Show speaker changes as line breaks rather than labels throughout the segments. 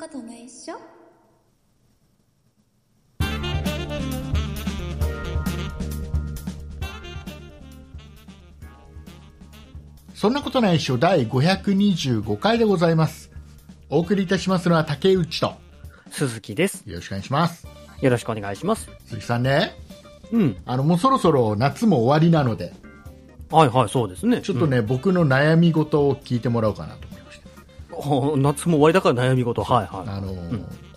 ことないっしょ
そんなことないっしょ第525回でございます。お送りいたしますのは竹内と、よ
鈴木です。
ろしくお願いします。
よろしくお願いします。
鈴木さんね、
うん。
あの、もうそろそろ夏も終わりなので、
はいはい、そうですね。
ちょっとね、僕の悩み事を聞いてもらおうかなと思いました。
うん。あ夏も終わりだから悩み事。はいはい。
あの、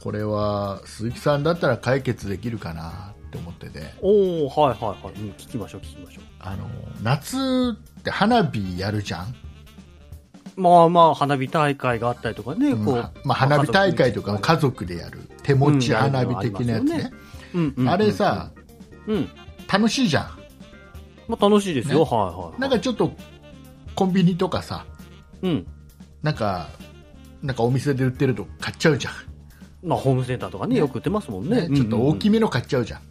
これは鈴木さんだったら解決できるかなって思ってて、
おおはいはいはい。うん、聞きましょう、聞きましょ
あの、夏って花火やるじゃん
う。まあまあ、花火大会があったりとかね、こう。
まあまあ、花火大会とか家
家族
族でやる手持ち花火的なやつ
うんありますよ
ね、
うんうん、
あれさ、
うん。うん。
楽しいじゃん
まあ楽しいですよ、
ね
はいはいはい。
なんかちょっとコンビニとかさ
うん。
なんかなんかお店で売ってると買っちゃうじゃん、
まあ、ホームセンターとかね、よく売ってますもんね。
ね、ちょっと大き
い。
めの買っちゃうじゃん、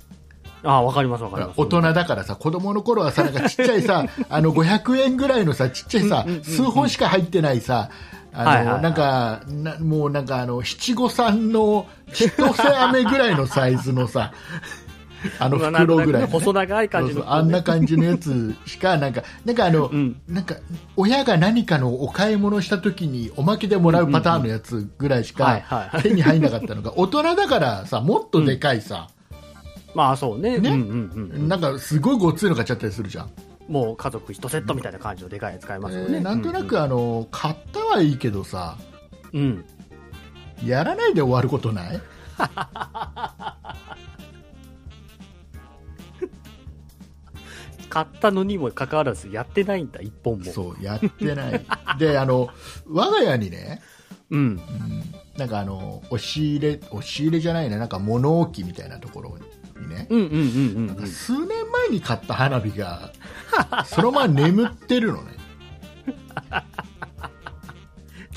ああ、わかりますわかります。
大人だからさ子供の頃はさなんかちっちゃい さあの500円ぐらいのさちっちゃいさ、数本しか入ってないさあの、
はいはいはい
なんかなもうなんかあの七五三の千歳飴ぐらいのサイズのさあの
まあなんと
袋
なく
ぐらい
ね
のね
細長い感じ
そう
の。
そうあんな感じのやつしかなん かなんかあの、
ん
なんか親が何かのお買い物した時におまけでもらうパターンのやつぐらいし
はいはい
か
はい
手に入んなかったの が大人だからさもっとでかいさ、
まあ、そうね。
ね
うんうんうん。
なんかすごいごっついの買っちゃったりするじゃん、
もう家族一セットみたいな感じのでかいやつ買いますよ
え
ね。
ーなんとなくあの買ったはいいけどさ
うん。うん。
やらないで終わることない
買ったのにもかかわらずやってないんだ、一本も。
そうやってないであの我が家にね
うん。
なんかあの押し入れ押し入れじゃないねなんか物置みたいなところにね、
うんうんうんうんうん。
数年前に買った花火がそのまま眠ってる のね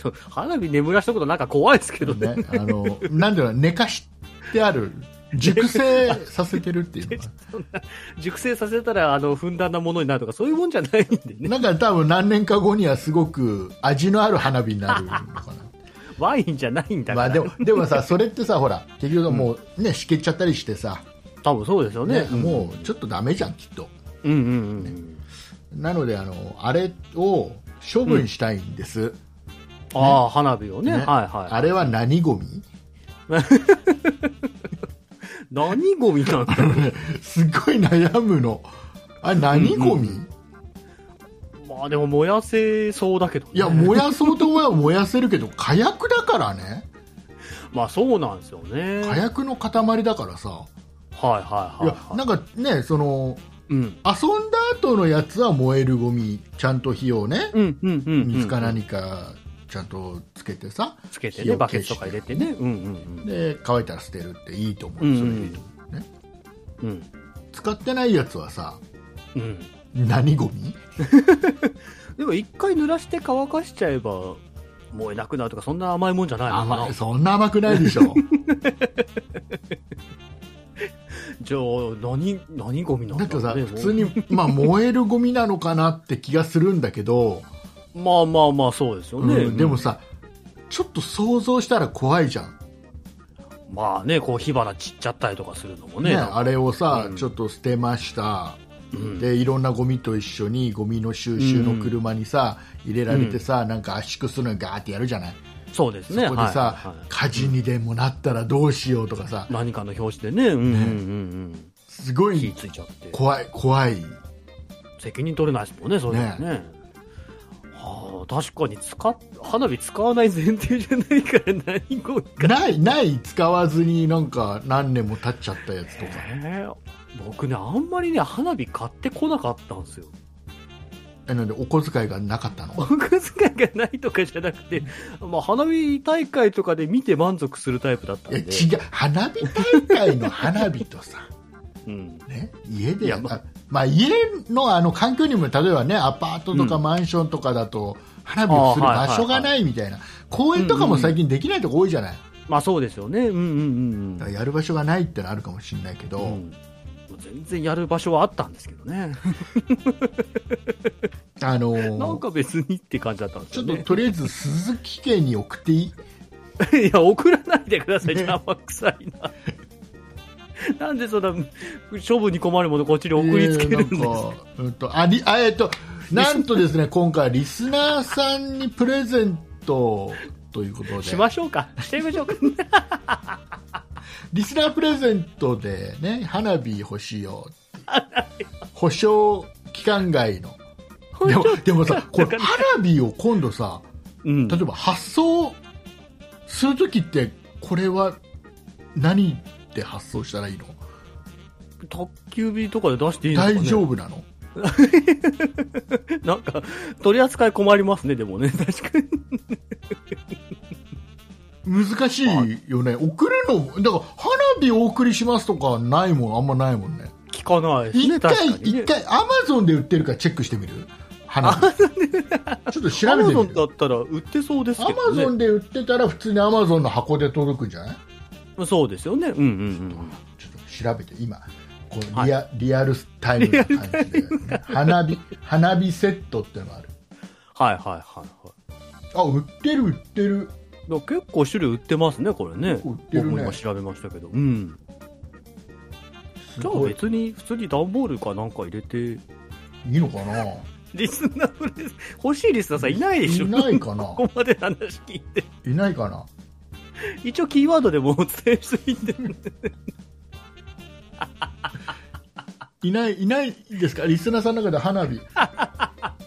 ちょ花火眠らしたことなんか怖いですけどね。
ねあのなんていうの寝かしてある熟成させてるっていうのか
熟成させたら、あの、ふんだんなものになるとか、そういうもんじゃないんで ね。
ななんか多分何年か後にはすごく味のある花火になるの かな
ワインじゃないんだから。
まあでもでもさそれってさほら結局もうねしけっちゃったりしてさ、
多分そうですよね。
ねもうちょっとダメじゃんきっと
うん。うんうんうん。
なのであのあれを処分したいんです、
ああ、花火をね。
ね
はいは
あれは何ゴミ
い。何ゴミなんだ ろう。
すっごい悩むのあれ何ゴミ、
まあでも燃やせそうだけど、ね。
いや、燃やそうと思えば燃やせるけど、火薬だからね。
まあそうなんですよね。
火薬の塊だからさ。
はいはい
いや
は、い。
なんかね、その、
うん。
遊んだ後のやつは燃えるゴミ、ちゃんと火をね、
うんうんうんうん。
水か何かちゃんとつけてさ、
つけて
火
ね、
を
バ
消
ケ
し
ツとか入れてね。うんうんうん。
で、乾いたら捨てるっていいと思
うん
う。それいいと思う。ね。
うん。
使ってないやつはさ、
うん。
何ゴミ
でも一回濡らして乾かしちゃえば燃えなくなるとかそんな甘いもんじゃないのかな
甘い、そんな甘くないでし ょ。
じゃあ何何ゴミなん
だ
だ
って
ろ
さ、
うね
普通に、まあ燃えるゴミなのかなって気がするんだけど、
まあまあまあそうですよね、
うんでもさ、ちょっと想像したら怖いじゃん。
まあねこう火花散っちゃったりとかするのもね
ね、あれをさ、
うん
ちょっと捨てました、
うん
でいろんなゴミと一緒にゴミの収集の車にさ、入れられてさ、なんか圧縮するのにガーってやるじゃない、
そうですね
そこでさ、
はいはい
火事にでもなったらどうしようとかさ、
何かの表紙でねうんうんうんうん
すご
火
い
ついちゃって
怖い怖い
責任取れないですもんねそうですねはあ、確かに使っ花火使わない前提じゃないから何ゴミか
ないない使わずになんか何年も経っちゃったやつとか、
えー僕ねあんまりね花火買ってこなかったんですよ
えなんでお小遣いがなかったの
お小遣いがないとかじゃなくて、まあ、花火大会とかで見て満足するタイプだったん
いや
で
違う花火大会の花火とさ
うん、
ね、家で
い
や
や
っ
ま
ぱまあ、家のあの環境にも例えばねアパートとかマンションとかだと花火をする
あーはい
場所がないみたいな公園とかも最近できないとこ多いじゃない、
まあそうですよねうんうんうん
だからやる場所がないってのあるかもしれないけど、
うん、うん全然やる場所はあったんですけ どね。
あのー
なんか別にって感じだったんです
ちょ
よ
っと
ね。
とりあえず鈴木家に送っていい
いや、送らないでください、邪魔くさいな。なん でそんな、処分に困るものこっちに送りつけるんです
えーなんかうんとありあえっとなんとですね今回リスナーさんにプレゼントということで
しましょうか。してみま しょうか。
リスナープレゼントでね花火欲しいよ保証期間外のでもでもさこれ花火を今度さ
うん
例えば発送するときってこれは何で発送したらいいの
宅急便とかで出していいんですかね
大丈夫なの
なんか、取り扱い困りますね、でもね。確かに。
難しいよね送るのもだから花火お送りしますとかないもんあんまないもんね
聞かないですね、
一回
確かに、ね。
一回アマゾンで売ってるかチェックしてみる花火ちょっと調
ア
べ
マ
て
ゾ
み
ンだ
る
ったら売ってそうです
ア
けど
マ
ね。
ゾンで売ってたら普通にアマゾンの箱で届くんじゃない
そうですよね。うんうん
ちょっと調べて今こうリア、リアルタイムな感じで、ね、花火花火セットってのがある
うん。はいはいはいは
あ売ってる売ってる
い。だから結構種類売ってますね、これね。
結構売ってるね
僕も今調べましたけど。うん。
す
じゃあ
ごい
別に、普通に段ボールかなんか入れて、
いいのかな
リスナープレゼント欲しいリスナーさんいないでしょ
いないかな
ここまで話聞いて。
いないかな
一応キーワードでもお伝えしていいんで。
いないいないですかリスナーさんの中で花火花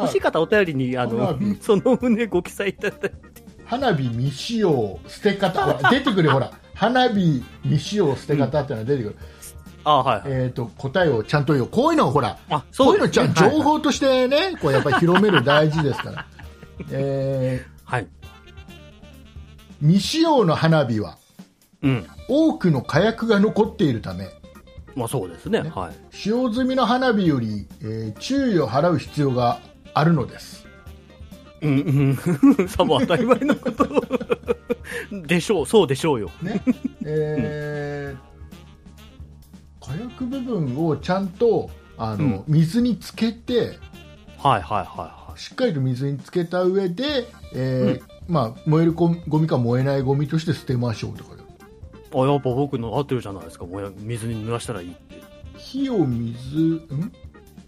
欲しい方お便りに、あの
花火、
その旨ご記載いただいて。
花火未使用捨て方ほら出てくるよほら花火未使用捨て方ってのが出てくる、
あ、はいはい。
えー、と答えをちゃんと言おうこういうのをほら
あ、
こう
そ
いう
う
の
です
ちゃ
ね
ん情報としてねこうやっぱり広める大事です から、え
はい。は
ー
い
未使用の花火は
うん。
多くの火薬が残っているため
まあそうですね。
ね
はい。
使用済みの花火より、えー注意を払う必要があるのです
うんうん。 さも当たり前のこと。でしょう、そうでしょうよ。
ね、えー火薬部分をちゃんとあの、水につけて
はいはいは
しっかりと水につけた上で、えーまあ、燃えるゴミゴミか燃えないゴミとして捨てましょうとか
いはい。あ、やっぱ僕の合ってるじゃないですか。もう水に濡らしたらいいって。
火を水ん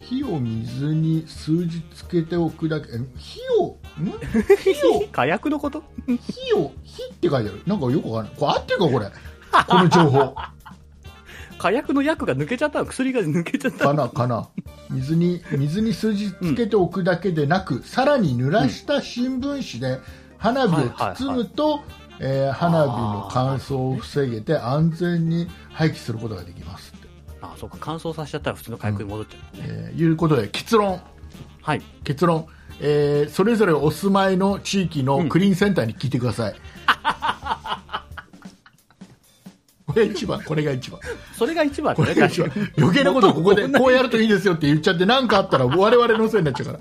火を水に数日つけておくだけん火をん火を
火薬のこと
火を火って書いてあるなんかよくわかんないこれ合ってるかこれこの情報
火薬の薬が抜けちゃったの薬が抜けちゃった
かなかな水に水に数字つけておくだけでなく、さらに濡らした新聞紙で花火を包むと、えー花火の乾燥を防げて安全に廃棄することができますって、
あ、そうか。乾燥させちゃったら普通の火薬に戻っちゃう、ね
えーいうことで結論
はい。
結論、えーそれぞれお住まいの地域のクリーンセンターに聞いてくださ い、これが一番これが一番
それが一番
これが一番余計なことをここでこうやるといいですよって言っちゃって何かあったら我々のせいになっちゃうから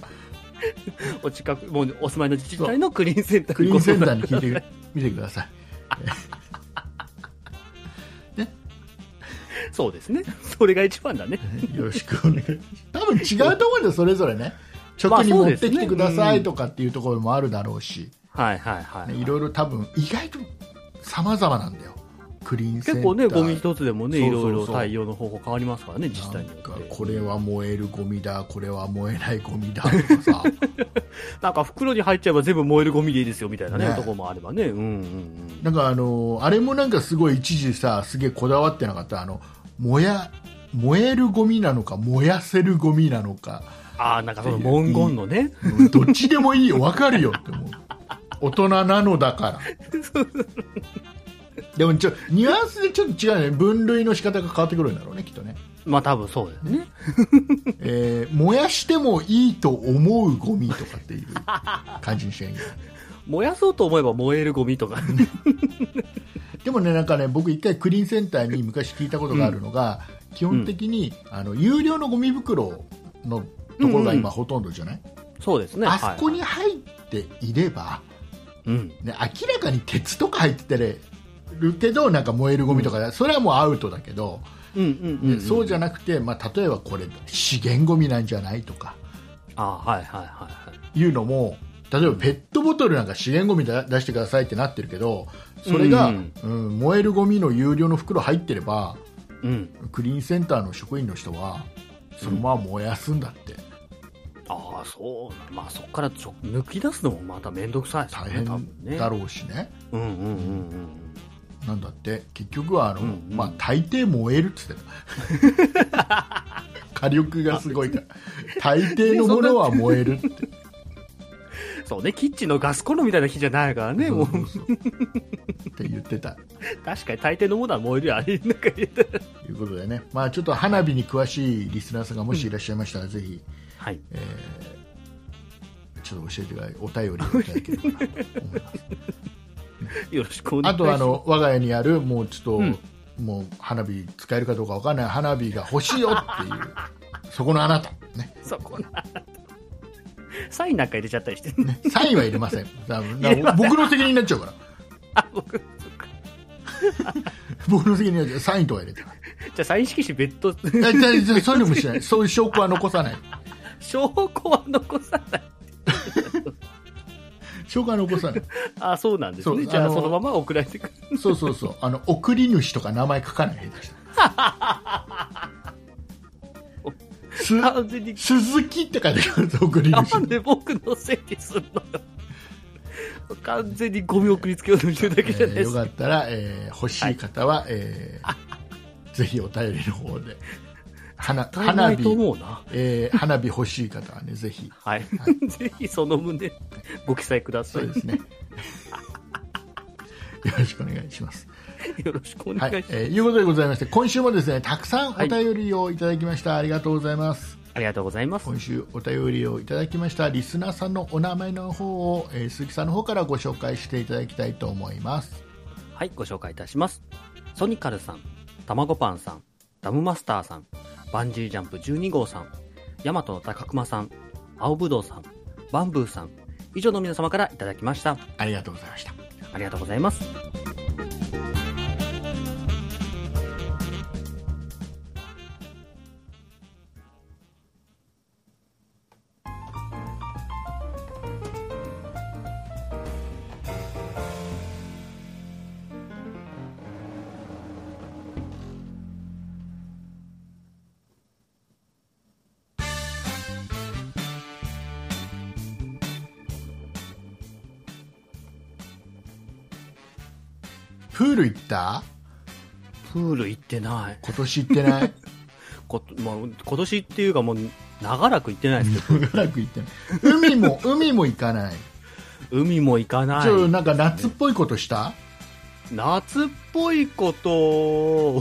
お近く、もうお住まいの自治体のクリーンセンター
クリーンセンターに
に
聞いてみてください。
そうですね。それが一番だね。
よろしくお願いします。多分違うところでそれぞれね、直に
まあそう
持
で
っ
す
て
ね
きてくださいとかっていうところもあるだろうし、
はいはいはい。
ねいろいろ多分意外と様々なんだよ。クリーンセンタ
結
ー。
構ね、ゴミ一つでもね、
そう
い
そうそう
ろいろ対応の方法変わりますからね、自治
な
体
ん
によ
か
って。
これは燃えるゴミだ、これは燃えないゴミだとかさ、
なんか袋に入っちゃえば全部燃えるゴミでいいですよみたいなね、
ね
とこもあればね。うんうんうん。
なんかあのあれもなんかすごい一時さ、すげえこだわってなかった、あの燃や燃えるゴミなのか、燃やせるゴミなのか。
ああ、なんかその文言のね。
うんどっちでもいいよ、わかるよって思う。大人なのだから。でもちょ、ニュアンスでちょっと違うよね。分類の仕方が変わってくるんだろうね、きっとね。
まあ多分そうですね。
えー燃やしてもいいと思うゴミとかっていう感じにしないいんだよね
燃やそうと思えば燃えるゴミとか。
でもね、なんかね、僕一回クリーンセンターに昔聞いたことがあるのが、基本的に、あの、有料のゴミ袋のところが
うんうん
今ほとんどじゃない、
そうですね。
あそこに
はい
入っていれば、
うん。
ね、明らかに鉄とか入ってるけどなんか燃えるゴミとか、それはもうアウトだけど、
うんうんうんうん。
そうじゃなくて、まあ、例えばこれ資源ゴミなんじゃないとか
ああ、はいはいはいはい。
いうのも例えばペットトボトルなんか資源ごみだ出してくださいってなってるけどそれが、
うん
うん燃えるごみの有料の袋入ってれば
うん。
クリーンセンターの職員の人はそのまま燃やすんだって
ああ、そうなんまあそこからちょ抜き出すのもまためんどくさいですよ
大
ね、多分ね。
変だろうしね。
うんうんうん
なんだって結局はあの、
うんうん
まあ、大抵燃えるっつってた 火力がすごいから大抵のものは燃えるって
うん。そうね、キッチンのガスコンロみたいな火じゃないからね、もう。
そうそうそうって言ってた
確かに大抵のものは燃えるよ、あれ、なんか入れたら。
ということでね、まあ、ちょっと花火に詳しいリスナーさんがもしいらっしゃいましたら、ぜひ
はい。
ちょっと教えてくださいお便りをいただければなと思い ます
よろしくお願い
あ
し
と
ます。
はあの我が家にあるもうちょっと、
うん
もう花火使えるかどうかわからない花火が欲しいよっていうそこのあなたね
そこな。サインなんか入れちゃったり して、ね、
サインは入れません。だから
入れませ
僕の責任になっちゃうから。
あ、僕、じ
僕の責任になっちゃう。サインとか入れて。
ゃあサイン色紙別途、
大体そういうのもしない。そういう証拠は残さない。
証拠は残さない。
証拠は残さない。
あ、そうなんです
そう
ね。じゃ
あ
あ
の
そのまま送られてくる。
そうそうそう。あの、送り主とか名前書かない。下手したら
完全に
す、鈴木って書いてある。送り
な
主
ん。で僕のせいにするのよ。 完全にゴミ送りつけようとしてるだけじゃない
えー
で
よ
す
か
か。
ったら、えー欲しい方は、えーぜひお便りの方で。花花
花
火
火と、思うな。
えー花火欲しい方はね、ぜひ。
はい。 ぜひその旨、ご記載くださ
そ
い。
う
よ
ですね。よろしくお願いします。
ろしくお
は
願いし
い
ま、す。
えーいうことでございまして、今週もですね、たくさんお便りをいただきました。ありがとうございます。
ありがとうございます。
今週お便りをいただきましたリスナーさんのお名前の方を、えー鈴木さんの方からご紹介していただきたいと思います。
はい、ご紹介いたします。ソニカルさん、たまごパンさん、ダムマスターさん、バンジージャンプ12号さん、ヤマトの高熊さん、青ぶどうさん、バンブーさん、以上の皆様からいただきました。
ありがとうございました。
ありがとうございます。
プール行った
プール行ってない。
今年行ってない
こまあ、今年っていうかもう長らく行ってないですけ
長らく行ってない。海も、海も行かない。
ど、海も行かな
ちょっと
い。
なんか夏っぽいことした
夏っぽいこと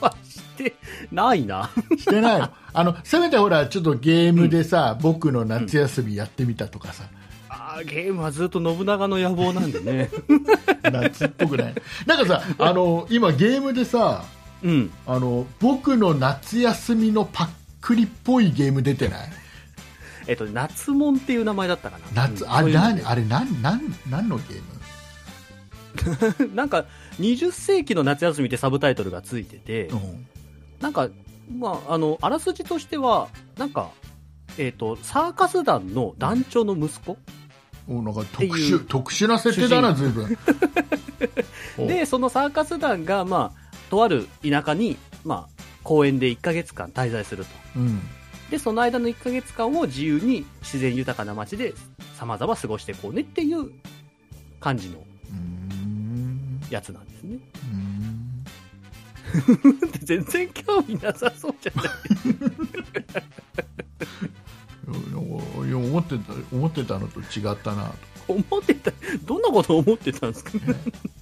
は してないな。
してないのあの、せめてほら、ちょっとゲームでさ、僕の夏休みやってみたとかさ。
あーゲームはずっと信長の野望なんでね。
夏っぽくないなんかさあの今ゲームでさ
うん。
あの僕の夏休みのパックリっぽいゲーム出てない
えっと、夏モンっていう名前だったかな。
夏、
うん
あ
そういう
なあれなんなんなんのゲーム
なんか、20世紀の夏休みってサブタイトルがついてて、
うん
なんか、まあ、あの、あらすじとしては、なんか、えっ、と、サーカス団の団長の息子、
おなんか特
ていう
殊特殊な設定だな
主
ずいぶん お
で、そのサーカス団が、まあ、とある田舎に、まあ、公園で1ヶ月間滞在すると。
うん
で、その間の1ヶ月間を自由に自然豊かな街で様々過ごしていこうねっていう感じの
うーん
やつなんですね。
うーん
全然興味なさそうじゃない
いやいや思ってた思ってたのと違ったな
思ってた、どんなこと思ってたんですか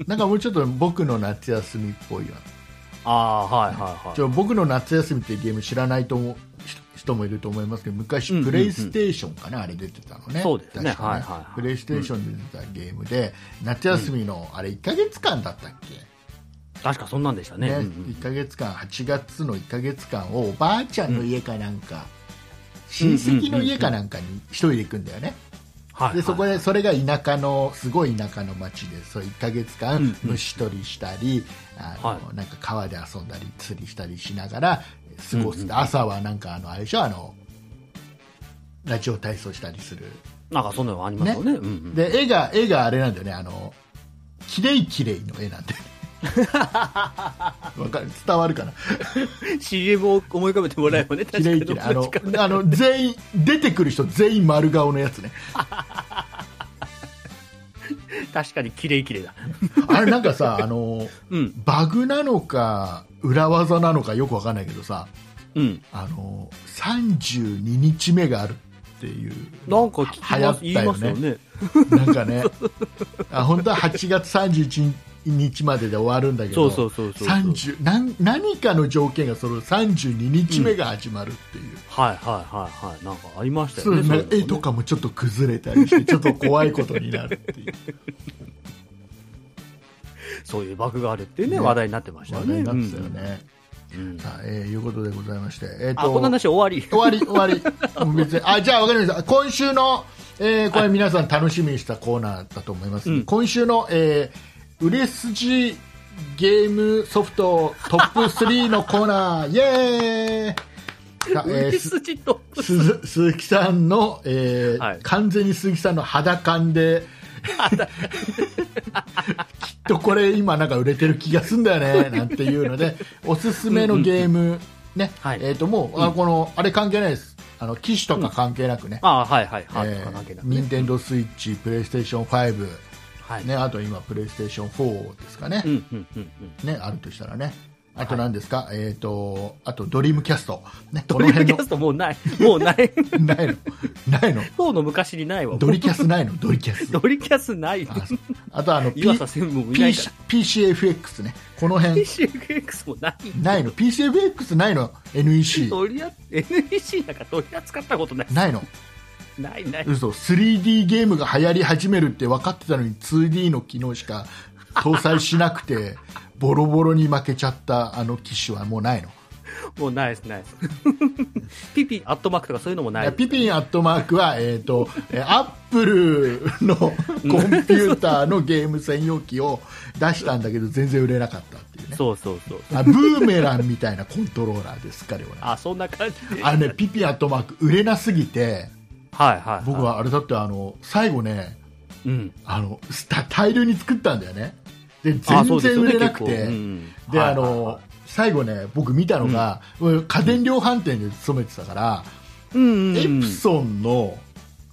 なんかもうちょっと僕の夏休みっぽいわ
ああー、はいはいはい
じ。ゃあ僕の夏休みっていうゲーム知らないと思う人人もいると思いますけど昔、
うんうんうん
プレイステーションかなあれ出てたのね
そうですね
確か
はいはいはい
プレイステーションで出てたゲームで、夏休みのあれ1か月間だったっけ、
確かそんなんでしたね。
ね
うん
1か月間8月の1か月間をおばあちゃんの家かなんか、親戚の家かなんかに一人で行くんだよね、
はいはい
でそこでそれが田舎のすごい田舎の町でそう1ヶ月間
うん
虫取りしたり、あの
は
なんか川で遊んだり釣りしたりしながら過ごす、
うんうん
朝はなんかあのあれでしょあのラジオ体操したりする
なんかそんなのありますよね。うんうん、
で絵が絵があれなんだよねあのきれいきれいの絵なんだよね わかる伝わるかな
CM を思い浮かべてもら えばね、
き
確か
れ
に
いきれいあ
どっ
の
ちかね
あの全員出てくる人全員丸顔のやつね
確かに綺麗 綺麗だ。
あれなんかさあの
うん、
バグなのか裏技なのかよくわかんないけどさ
うん。
あの32日目があるっていう
なんか聞き
流行
ま
っ
す
たよね
言いますよね。
なんか ねあ本当は8月31日までで終わるんだけど
そうそうそうそう。
30なん何かの条件がその32日目が始まるっていう。
はいはいはいはい。なんかありました
そ
よね。
うな
そ
ん
う
か
いう
絵
のも
と
ね
かもちょっと崩れたり してちょっと怖いことになるっていう
そういうバグがあるっていうね、
ね
話題になってましたよ
話
ね。
題になってたよね、
うんうん
さあ、えーいうことでございまして、えー、
あ、この話終わり。
終わり終わりもう別にあじゃあわかりました今週の、えーこれ皆さん楽しみにしたコーナーだと思います、
うん
今週の、えー売れ筋ゲームソフトトップ3のコーナーイエーイさあえ
売
ー
り
す
筋と。
鈴鈴木さんの、えー
はい
完全に鈴木さんの肌感で きっとこれ今なんか売れてる気がすんだよねなんていうの でおすすめのゲームね
はい
えーともう、あこのあれ関係ないですあの機種とか関係なくね、
あはいはいはい。
え
とかなんかね
ー、任天堂スイッチ、プレイステーション5、
はい。
ね、あと今、プレイステーション4ですかね
う、んうんうんうん。
ねあるとしたらね、あと何ですか、えー、とあとドリームキャスト、ね、
ド
この
リー
辺
ムキ
の
ャストもうない。もうない。
ないの、ないの、
当の昔にないわ。
ドリキャスない のドリキャス
ドリキャスない。
あそうあとあの P
岩佐専務もいないから。
P PCFX ねこの辺
PCFX もない。
ないの PCFX ないの NEC
取りあ NEC なんか取り扱ったことない。
ないの
ないない。
嘘 3D ゲームが流行り始めるって分かってたのに 2D の機能しか搭載しなくて ボロボロに負けちゃったあの機種はもうないの
もうないです、ないです。 ピピ、アットマークとかそういうのもないです。
ピピンアットマークは、えー、とえーアップル のコンピューターのゲーム専用機を出したんだけど全然売れなかったっていうね
そうそうそう。
あブーメランみたいなコントローラーです彼は
あ、そんな感じで。
あれね、ピピアットマーク、売れなすぎて、
はいはい、はい。
僕。はあれだって、あの、最後ね、
うん。
あの、スタ大量に作ったんだよね。で、
あ
全然売れなくて。で、あ、の、最後ね、僕見たのが、家電量販店で勤めてたから、
そうですよね結構うんうんはいはいはい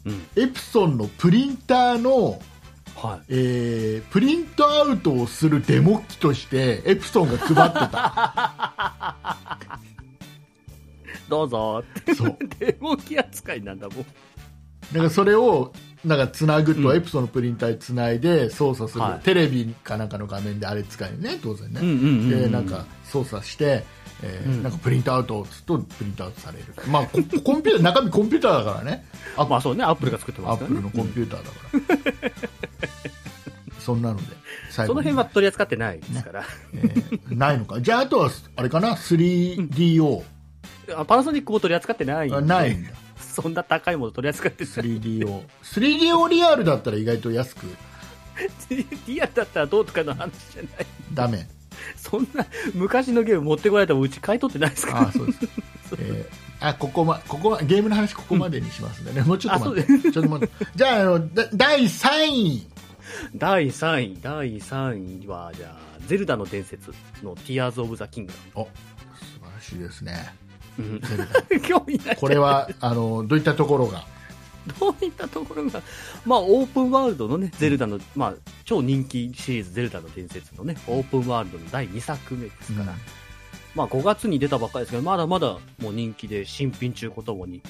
うんうんうん、
エプソンの、
うん。
エプソンのプリンターの、
はい。
えープリントアウトをするデモ機として、エプソンが配ってた。
どうぞっ
そう。
て。 デモ機扱いなんだもん。
なんかそれをなんかつなぐ
う
と
ん
エプソンのプリンターにつないで操作する、
はい
テレビかなんかの画面であれ使えるね当然ね、
うんうんうんうん
でなんか操作して、えー
うん
なんかプリントアウトをするとプリントアウトされる、まあ、ココンピューター中身コンピューターだからね
あ、まあそうね、アップルが作って
ア
ます
ップ
からね。
ルのコンピューターだから、 そんなので最
そ
後
の
に
辺は取り扱ってないですから。
えーないのかじゃああとはあれかな 3DO、
あパナソニックも取り扱ってないんで
あないんだ
そんな高いもの取り扱ってない。
3DO3DO リアルだったら意外と安く
DDR だったらどうとかの話じゃない。
ダメ
そんな昔のゲーム持ってこられたらうち買い取ってないですから。
あそうです。えーあここまここまゲームの話ここまでにしますんでね。もうちょっと待っ
あ
て。ちょっと待って。じゃああのだ第三位
第3位、第3位は、じゃあ、ゼルダの伝説の Tears of the Kingdom。
お素晴らしいですね。
うん
ゼルダ
興味ない。
これはあのどういったところが
どういったところが、まあ、オープンワールドのね、ゼルダの、まあ、超人気シリーズ、ゼルダの伝説のね、オープンワールドの第2作目ですから、まあ、5月に出たばっかりですけど、まだまだもう人気で、新品中こともに、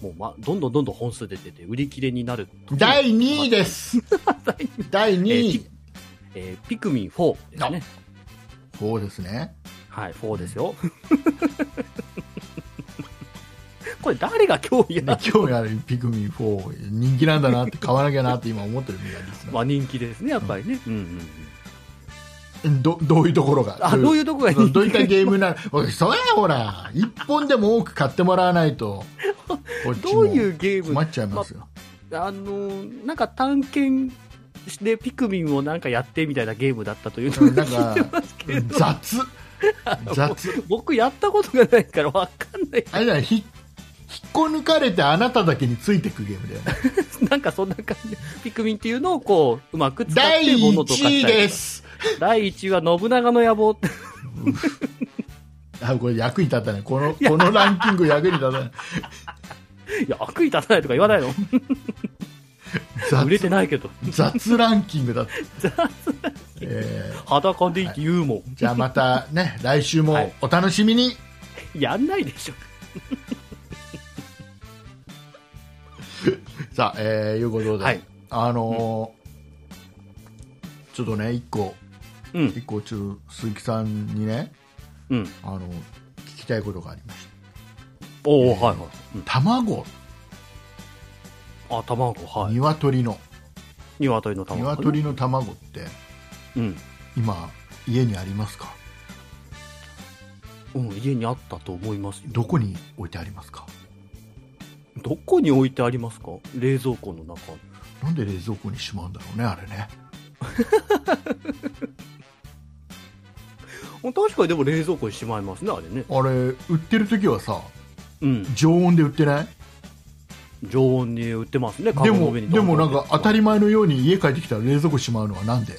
もう、まあ、どんどんどんどん本数出てて、売り切れになる。
第二位 です。第二位。
えーピクミン4ですね。
そうですね。
はい、4ですよ。 これ誰が興味
ね
が、
興味あるピクミン4人気なんだなって買わなきゃなって今思ってるみたいですね
まあ人気ですね、やっぱりね。うんうんうん。
どどういうところが
あ、どういうとこがいい
どういったゲームなのそうやほら一本でも多く買ってもらわないとこっちも
どういうゲーム
困っちゃいますよ、
あのーなんか探検でピクミンをなんかやってみたいなゲームだったというのを
うん なんか
聞いてますけど、
雑雑
僕やったことがないからわかんない。
あれだねひ引っこ抜かれてあなただけについてくゲームだよね。
なんかそんな感じ。ピクミンっていうのをこう、うまく使っ
第
て物とかしたり
1位
とか
です。
第1位は信長の野望って。
あ、これ役に立たない。この、このランキング役に立たない。
いや、悪意 立たないとか言わないの売れ
雑
てないけど。
雑ランキングだって。え
裸でいいって言うもん。
ーじゃあまたね、来週
は
も
い
お楽しみに。
やんないでしょ。
さあ、えーいうことで、
はい
あのーちょっとね、一個、
うん
一個、ちょっと鈴木さんにね、
うん。
あの聞きたいことがありまし
おお、はいはい。うん
た。卵、
あ、卵、はい。
鶏の、
鶏の卵。
鶏の卵って、
うん。
今、家にありますか
うん、家にあったと思いますよ。
どこに置いてありますか
どこに置いてありますか冷蔵庫の中。
なんで冷蔵庫にしまうんだろうね、あれね。
確かにでも冷蔵庫にしまいますね、あれね。
あれ、売ってる時はさ、
うん。
常温で売ってない
常温に売ってますね、
で
籠の
も、
上
で
にドン
も
ド
な
ン
んか当た
り。
り前のように家帰ってきたら冷蔵庫しまうのはなん で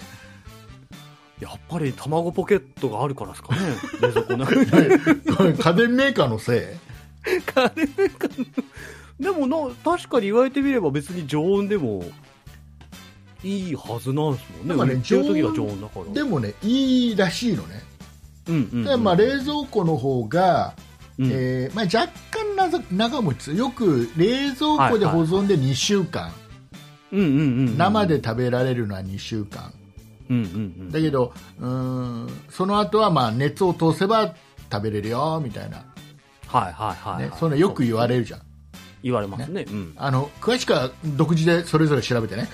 やっぱり卵ポケットがあるからです かね、冷蔵庫の中に。
これ家電メーカーのせい
カレーかでもな確かに言われてみれば別に常温でもいいはずなんですもんね
なんかね
売ってる時は常温だから
でもね、いいらしいのね。
うんうんうん
でまあ、冷蔵庫の方が、
うん
えーまあ、若干なざ長持ちするよく冷蔵庫で保存で2週間、
うんうんうんうん
生で食べられるのは2週間
うんうん
だけどうーんその後はまあ熱を通せば食べれるよみたいな、
はいはいはい、
ね
はい、
そのよく言われるじゃん
言われますねうん
あの詳しくは独自でそれぞれ調べてね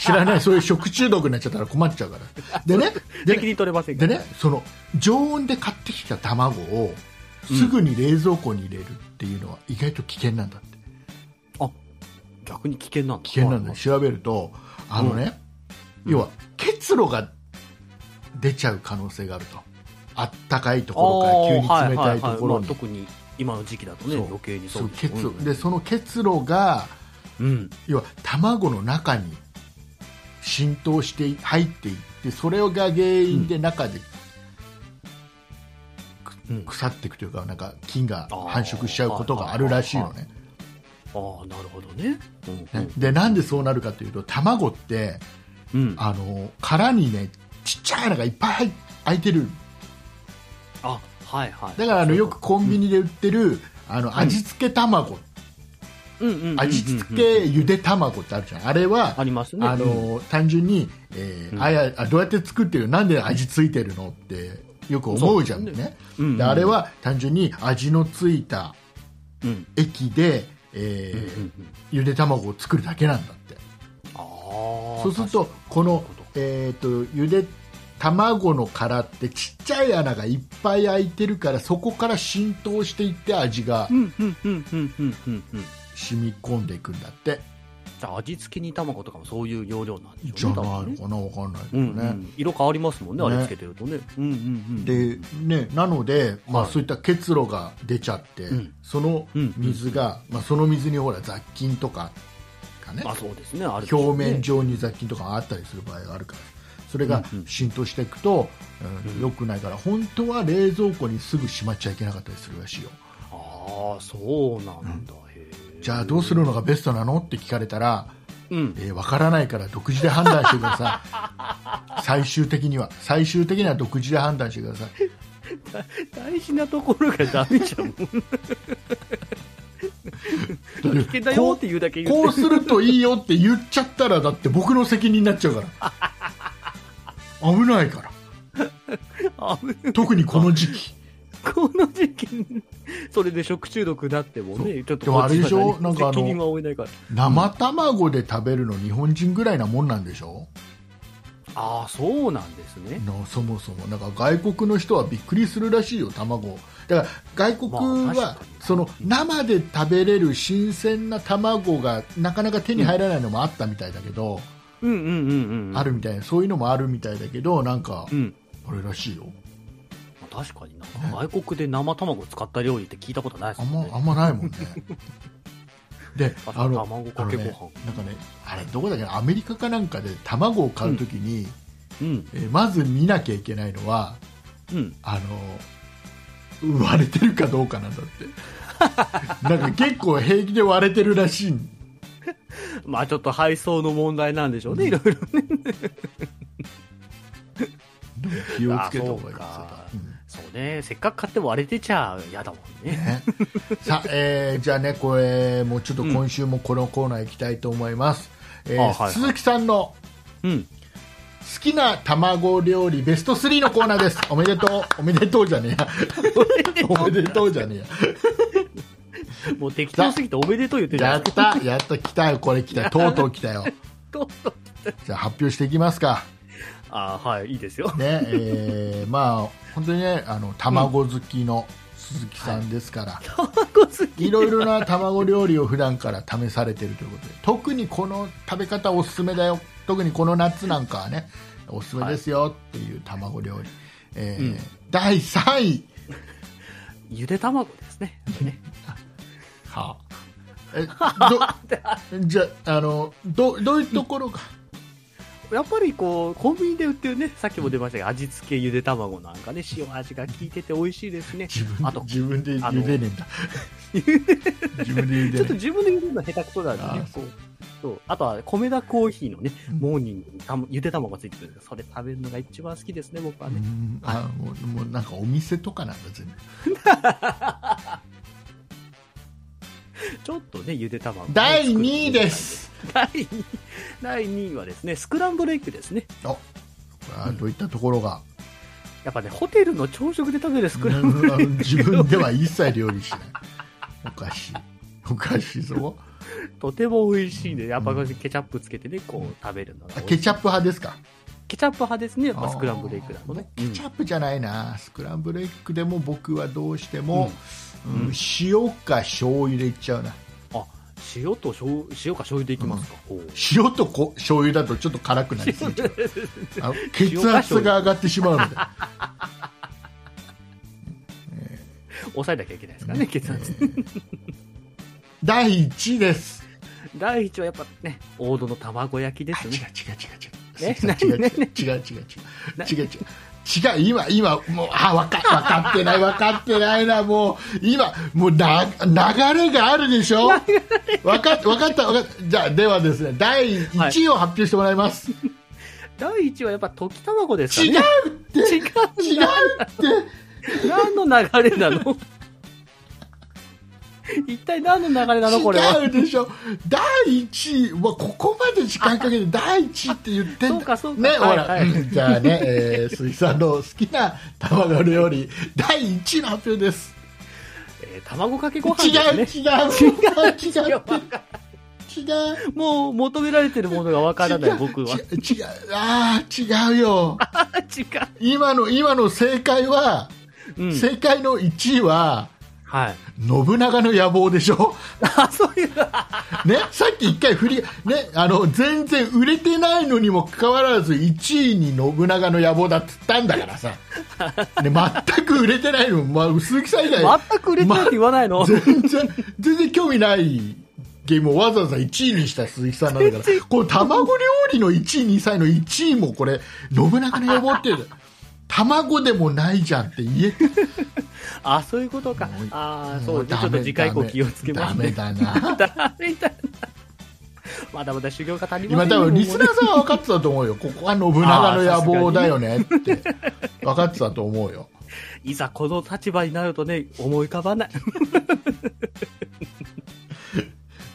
知らないそういう食中毒になっちゃったら困っちゃうからで ねで
責
ね
任取れませんか
で
ら
ねその常温で買ってきた卵をすぐに冷蔵庫に入れるっていうのは意外と危険なんだって
逆に危険なんだ
危険なんだよ
はい
調べるとあのね、
うん
要は結露が出ちゃう可能性があるとあったかいところか
あ
ら
ー
急に冷
は
た
はいは
ところ
ま
に
あ、特に今の時期だとね
そう
余計に
そう
ですよ
結露
うん
でその結露が
うん
要は卵の中に浸透してい入っていってそれが原因で中で
うん
腐っていくというかなんか菌が
あー
繁殖しちゃうことがあるらしいのね
ああなるほどねうん
ねでなんでそうなるかというと卵って
うん、うん、あ
あの殻にねちっちゃいのがいっぱい入っ開いてる
はいはい
だからあのよくコンビニで売ってる、あの味付け卵、
うんうんうんうんうん
味付けゆで卵ってあるじゃんあれは
ありますね
あの単純に、えー
うん
あやあどうやって作ってるなんで味付いてるのってよく思うじゃん
そう
ね
ですうん
であれは単純に味の付いた
うん
液で、え
うんう
ー
んうん
ゆで卵を作るだけなんだって
ああ
そうするとこの
そういうこと、
えー、とゆで卵の殻ってちっちゃい穴がいっぱい開いてるからそこから浸透していって味が
うんうんうんうんうんうんうん
染み込んでいくんだって、
じゃあ味付け煮卵とかもそういう要領なんでしょうね
じゃない
多分
の
ね
かな分かんないけ
う
ど
ん
ね。
うん、色変わりますもんね
ね
あれつけてるとねうんうんうん
でね、なので、まあ、
はい
そういった結露が出ちゃって、
うん
その水が、まあ、その水にほら雑菌とかがね
まあそうですねあるでしょう
表
ね
面上に雑菌とかあったりする場合があるからそれが
うんうん
浸透していくと、うん
うん
良くないから本当は冷蔵庫にすぐしまっちゃいけなかったりするらしいよ
ああそうなんだ、へえ
じゃあどうするのがベストなのって聞かれたら
うん
えーわからないから独自で判断してくださ い最終的には最終的には独自で判断してください
大事なところがダメじゃ んもう危険だよって言うだけ言
こ
う
うするといいよって言っちゃったらだって僕の責任になっちゃうから危ないから
あ
特にこの時期
この時期にそれで食中毒になってもねちょっと
でもあれでしょ
こっちは何
なんかあの
責任は負えないから
生卵で食べるの日本人ぐらいなもんなんでしょ
ああそうなんですね
なそもそもなんか外国の人はびっくりするらしいよ卵だから外国
まあ確
は
かに
その生で食べれる新鮮な卵がなかなか手に入らないのもあったみたいだけど、
うんうんうんうん
あるみたいなそういうのもあるみたいだけどなんか
うん
あれらしいよ
ま確かにな、外国で生卵使った料理って聞いたことないです
あ
も
んま
んね
あんまないもんねで
あと
あの
卵
あ
か
の
けご
ね
飯、
なんかねあれどこだっけなアメリカかなんかで卵を買うときに、
うん
えーまず見なきゃいけないのは
うん
あの割れてるかどうかなんだってなんか結構平気で割れてるらしいん
まあちょっと配送の問題なんでしょうね、いろいろ
でも気をつけた方がいいですよ
あ
うん
そうねせっかく買っても割れてちゃ嫌だもんね
ね、さあ、えーじゃあねこれもうちょっと今週もこのコーナー行きたいと思います、えー
あはいはい
鈴木さんの
うん
好きな卵料理ベスト3のコーナーですおめでとうおめでとうじゃねえやおめでとうじゃね
もう適当すぎておめでとう言って
え
るじ
や
ゃ
や
な
っ
いですか
たやった来たよこれ来たよとうとう来たよ
と
じゃあ発表していきますか
あーはいいいですよ
ねえーまあ本当にねあの卵好きの鈴木さんですから、
卵好
い、ろいろな卵料理を普段から試されてるということで特にこの食べ方おすすめだよ特にこの夏なんかはねおすすめですよっていう卵料理、えー
うん
第3位
ゆで卵ですねね
はえど じゃああのどどういうところが、
やっぱりこうコンビニで売ってるねさっきも出ましたが味付けゆで卵なんかね塩味が効いてて美味しいですね
自分
あ
で
と
自分で茹でねえ んだ自分で茹
ちょっ
で
と
ね
自分で言うの下手くそなんで
あ
ねこうそうあとは米田コーヒーのね
うん
モーニングにたまゆで卵がついてくるんでそれ食べるのが一番好きですね僕は
う
ね
んあもうもうなんかお店とかなんだ全部
ちょっとねゆで卵
第2位です。
第2位第2位はですねスクランブルエッグですね
あどういったところが、
やっぱねホテルの朝食で食べるスクランブ
う
ル
んあの自分では一切料理しない。おかしい。おかしいぞ。
とても美味しいんで、やっぱ
うん
ケチャップつけてね、こう食べるのが
あ
美味
ケ
しい。
チャップ派ですか
ケチャップ派ですね、やっぱスクランブルエッグだとね。
ケチャ
ッ
ップじゃないな。スクランブルエッグでも僕はどうしても、
うん
うん
うん
塩か醤油でいっちゃうな。
塩と醤油、塩か醤油でいきますか。ほう
塩とこ醤油だとちょっと辛くなりすぎちゃ う。あの血
塩か
圧が上がってしまうので。
抑えなきゃいけないですからね、血圧。
第1位です。
第一はやっぱね、王道の卵焼きです
違う違う
ね。
違う違う鈴
え
木さん違う
何
違う違う違う違う違う違う違う今今もうあ分か分かってない分かってないなもう今もうな流れがあるでしょ分かった分かった分かったじゃあではですね第1位を発表してもらいます、
第一はやっぱ溶き卵ですか
違
ね。
うって
違
違
う
う
な何の流れ なの一体何の流れなのこれは。
違うでしょ第1位はここまで時間かけて第1位って言ってんだ
そうかそうか
ねほら、
はいはい
うんじゃあね、えー、鈴木さんの好きな卵料理第1位の発表です
えー卵かけご飯
違う違う
ですね。
違う違う違う違う
いやわかもう求められてるものがわからない僕は。
違うああ違うよ
違
今の今の正解は、
う。うん。
正解の1位は
はい。
信長の野望でしょ
あ、 そういう。
ねさっき一回振りねあの全然売れてないのにもかかわらず1位に信長の野望だっつったんだから さ、ね、全く売れてないの、まあ、鈴木さん以外
全く売れてないって言わないの、
全然全然興味ないゲームをわざわざ1位にした鈴木さんなんだからこの卵料理の1位2歳の1位もこれ信長の野望 って卵でもないじゃんって言え
あ、そういうことか
もう。
あ
も
あ、そうですね。ちょっと次回以降気をつけますね。
ダメだな
ダメだな。 まだまだ修行が足りま
今
せん
多
よ
分リスナー
も
さんは分かってたと思うよここは信長の野望だよねって分かってたと思うよ
うねいざこの立場になるとね、思い浮かばない。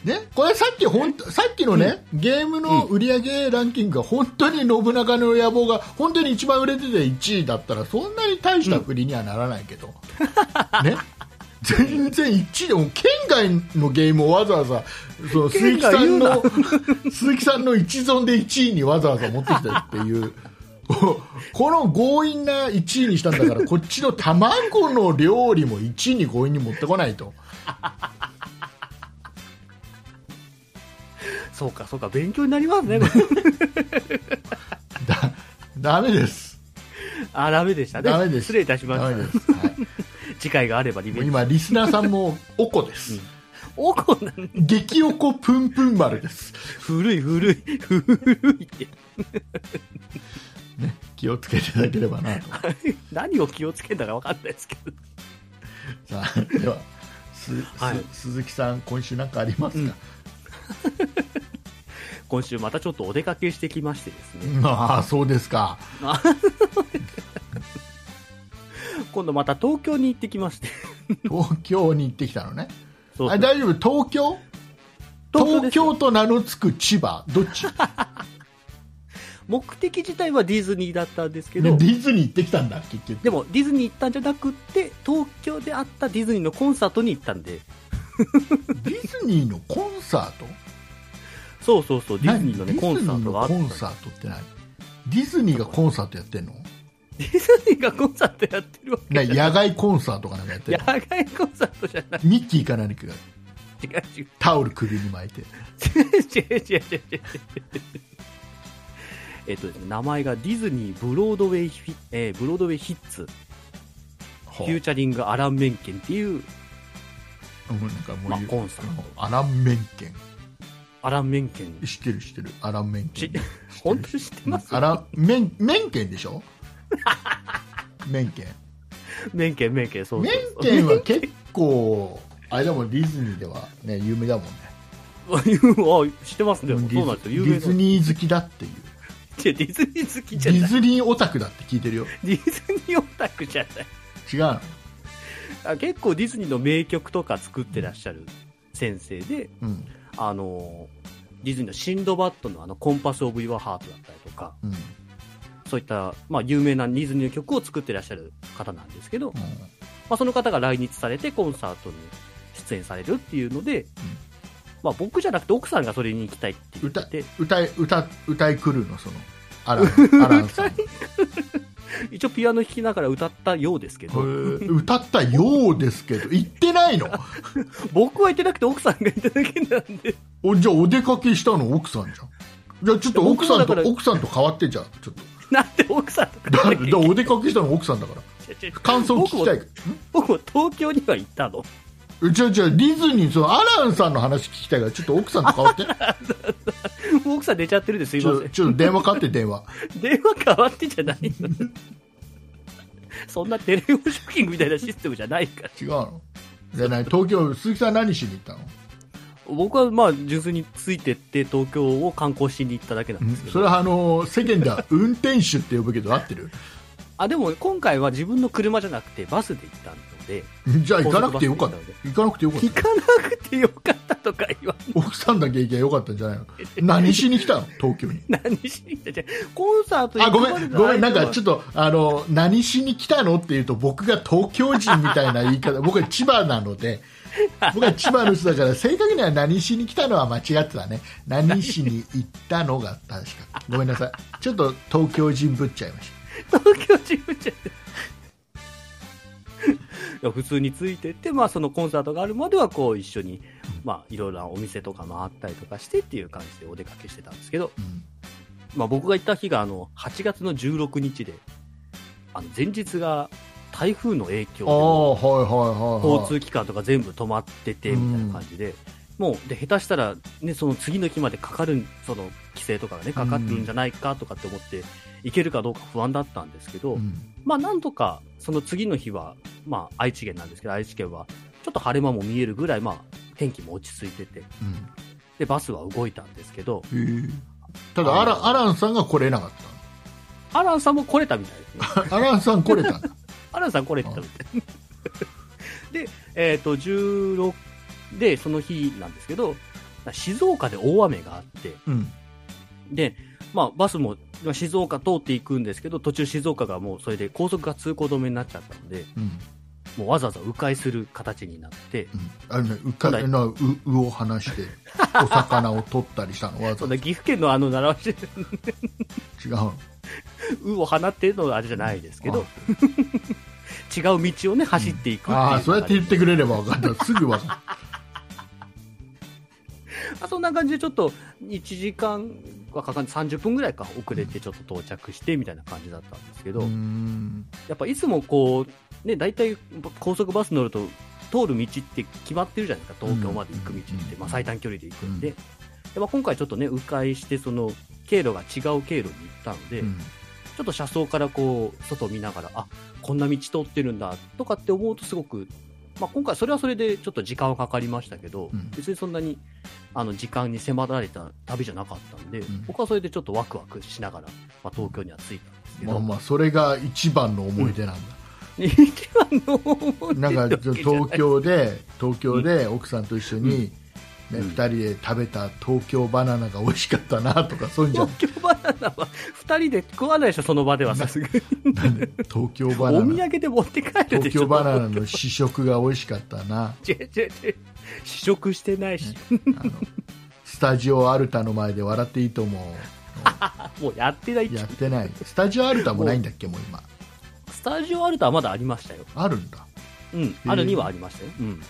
ね、これさっきほんとさっきのね、ゲームの売り上げランキングが本当に信長の野望が本当に一番売れてて1位だったらそんなに大した振りにはならないけど、ね、全然1位でも県外のゲームをわざわざその鈴木さん
県外
の鈴木さんの一存で1位にわざわざ持ってきたっていう。 ここの強引な1位にしたんだからこっちの卵の料理も1位に強引に持ってこないと。
そうか、そうか、勉強になりますね。
だダメです
あ、ダメでしたね。
ダメです
失礼いたしま
ダ
し
メ
た。
です、はい
次回があればリ
も
ベ
う
ンジ。
今リスナーさんもおこです、
おこなん
激おこぷんぷん丸です
古い古い古いって
気をつけていただければなと
何を気をつけたか分かんないですけど
さあではす、す
はい
鈴木さん今週なんかありますか、
今週またちょっとお出かけしてきましてですね
まあそうですか
今度また東京に行ってき まして
東京に行ってきたのね
そう
あ大丈夫東京東京
東京
と名の付く千葉どっち
目的自体はディズニーだったんですけ
でデ
ど
ィズニー行ってきたんだ結局
でもディズニー行ったんじゃなくって東京であったディズニーのコンサートに行ったんで
ディズニーのコンサート
そうそうそうディズ
何
ニーのねコンサートがあっ
デ
た
ィズニーのコンサートって何ディズニーがコンサートやってんの
ディズニーがコンサートやってるわけ
な野外コンサートかなんかやって
野
るの
外コンサートじゃない
ミッキーか何かが
違う違う
タオル首に巻いて
違う違う違う違う違う違うえっとですね、名前がディズニーブロードウェイフィ、えーブロードウェイヒッツ、フューチャリングアラン・メンケンっていう、
うんなんかもう、
まあコンサー
アラン・メンケン
アラン・メンケン。
知ってる知ってるアラン・メンケン
知 本当に知ってます
アランメンメンケンで しょメンケン
メンケン、メンケン、そう
メ
そ
ン
うそう。
ケンは結構あれだもんディズニーではね有名だもんね
ン あ、知ってますね。
デ
そう
ィ
なん
ズ
です
デ
よ。有名
ィ
な
ズニー好きだっていう
違うディズニー好きじ
デ
ゃな
ィ
い。
ズニーオタクだって聞いてるよ
ディズニーオタクじゃない
違うの
あ。結構ディズニーの名曲とか作ってらっしゃる先生で、
うん
あのー、ディズニーのシンドバッドのあの、コンパス・オブ・ユア・ハートだったりとか、
うん、うん
そういった、まあ、有名なディズニーの曲を作ってらっしゃる方なんですけど、まあ、その方が来日されてコンサートに出演されるっていうので、まあ、僕じゃなくて奥さんがそれに行きたいって言って、
歌い歌歌い来るのそのアラ ンアランさんへ
一応ピアノ弾きながら歌ったようですけど、
ー歌ったようですけど行ってないの
僕は行ってなくて奥さんが行っただけなんで、
おじゃあお出かけしたの奥さんじゃんじゃあちょっと奥さんと
僕もだから
奥さんと変わってじゃあちょっと
なんで奥さんとか
だ
行
だ
かなきゃいけない
お出かけしたの奥さんだから
違う違う
感想聞きたい
僕も東京には行ったの。
うんじゃあじゃあディズニーそのアランさんの話聞きたいからちょっと奥さんと変わっ て
もう奥さん寝ちゃってるんですい
ち
ま
ょ
せん。
ちょっと電話かかって電話
電話変わってじゃないの。そんなテレフォンショッキングみたいなシステムじゃないから。
違うのじゃあ何東京鈴木さん何しに行ったの
僕はまあ純粋についてって東京を観光しに行っただけなんですけ
それ
ど、
はあの世間では運転手って呼ぶけど合ってる
あでも今回は自分の車じゃなくてバスで行ったので
じゃあ行かなくてよかった行かなくてよかっ
行
た
かなくてよかったとか言わ
奥さんだけ行けばよかったんじゃないの何しに来たの東京に
ない何しに行ったじゃんコンサート
あ
行
ご
く
め
まで
ん、
の
ごめん、なんかちょ
っ
っと、あの、何しに来たのっていうと、僕が東京人みたいな言い方、 僕は千葉なので、僕は千葉の人だから、正確には何しに来たのは間違ってたね。何しに行ったのが確か。ごめんなさい。ちょっと東京人ぶっちゃいまし
と東京自分じゃない いや普通についてって、まあ、そのコンサートがあるまではこう一緒に、まあ、いろいろなお店とか回ったりとかしてっていう感じでお出かけしてたんですけど
た。うん
まあ、僕が行った日があの8月の16日で、あの前日が台風の影
あ
響
あ、はいは
で、
いはい、はい。
交通機関とか全部止まっててみたいな感じで、もうで下手したら、ね、その次の日までかかるん、その規制とかが、ね、かかってるんじゃないかとかって思って、行けるかどうか不安だったんですけど、
うん
まあ、なんとかその次の日は、まあ、愛知県なんですけど、愛知県はちょっと晴れ間も見えるぐらい、まあ、天気も落ち着いててで、バスは動いたんですけど、
うんへえただアラン、アランさんが来れなかっ
アランさんも来れたみたいですね。
た。アランさん来れ たんだ。
アランさんこれって食べて。で、えっ、と、16で、その日なんですけど、静岡で大雨があって、
うん。
で、まあ、バスもまあ静岡通っていくんですけど、途中静岡がもうそれで高速が通行止めになっちゃったので、
うん。
もうわざわざ迂回する形になって、
うんあのね、うか
そうだよ
なううを離して、お魚を取ったりしたの、わざ
そ
わ
ん
ざ
な岐阜県のあの習わし で、
違うの。
うを放ってるのはあれじゃないですけど、 違う道をね、走っていくっていう。
ああ、そうやって言ってくれれば分か った。すぐ分かっ
まあそんな感じでちょっと1時間若さん30分ぐらいか遅れてちょっと到着してみたいな感じだったんですけど、
うん
やっぱいつもこう、ね、大体高速バス乗ると通る道って決まってるじゃないですか、東京まで行く道って、
うん
まあ、最短距離で行くんで、
う
やっぱ今回ちょっとね、迂回して、その経路が違う経路に行ったので、
うん
ちょっと車窓からこう、外を見ながら、あこんな道通ってるんだとかって思うと、すごく、まあ、今回、それはそれでちょっと時間はかかりましたけど、
うん
別にそんなにあの時間に迫られた旅じゃなかったんで、
ん
僕はそれでちょっとワクワクしながら、まあ、東京には着いたんですけ
まあ
ど、
まあそれが一番の思い出なんだ、
一番の思 い出
なん
って
か
わけじゃい
東京で東京で奥さんと一緒に、ね
うん
2人で食べた東京バナナが美味しかったなとかそういうんじゃ
東 京バナナは2人で食わないでしょ、その場ではさすがに。
ない東京
お
バ
土
ナナ
産で持って帰るで
東
しょ。
京バナナの試食が美味しかった な
違う違う違う試食してないし、
あのスタジオアルタの前で笑っていいと思
もうやってないっ
う
て
やってないスタジオアルタもないんだっけもう今
スタジオアルタはまだありましたよ。
あるんだ
うん、あるにはありましたよ。うん。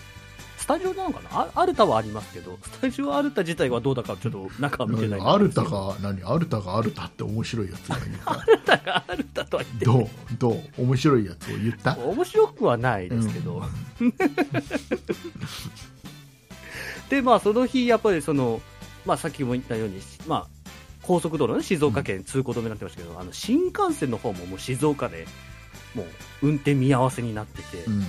スタジオなのかなあアルタはありますけど、スタジオアルタ自体はどうだかちょっと中は見てない。
アルタ。が何アルタがアルタって面白いやつが言った
アルタがアルタとは 言って
どうどう面白いやつを言った
面白くはないですけど。
うん
で、まあその日、やっぱりその、まあさっきも言ったように、まあ高速道路ね、静岡県通行止めになってましたけど、あの新幹線の方ももう静岡で、もう運転見合わせになってて、
うん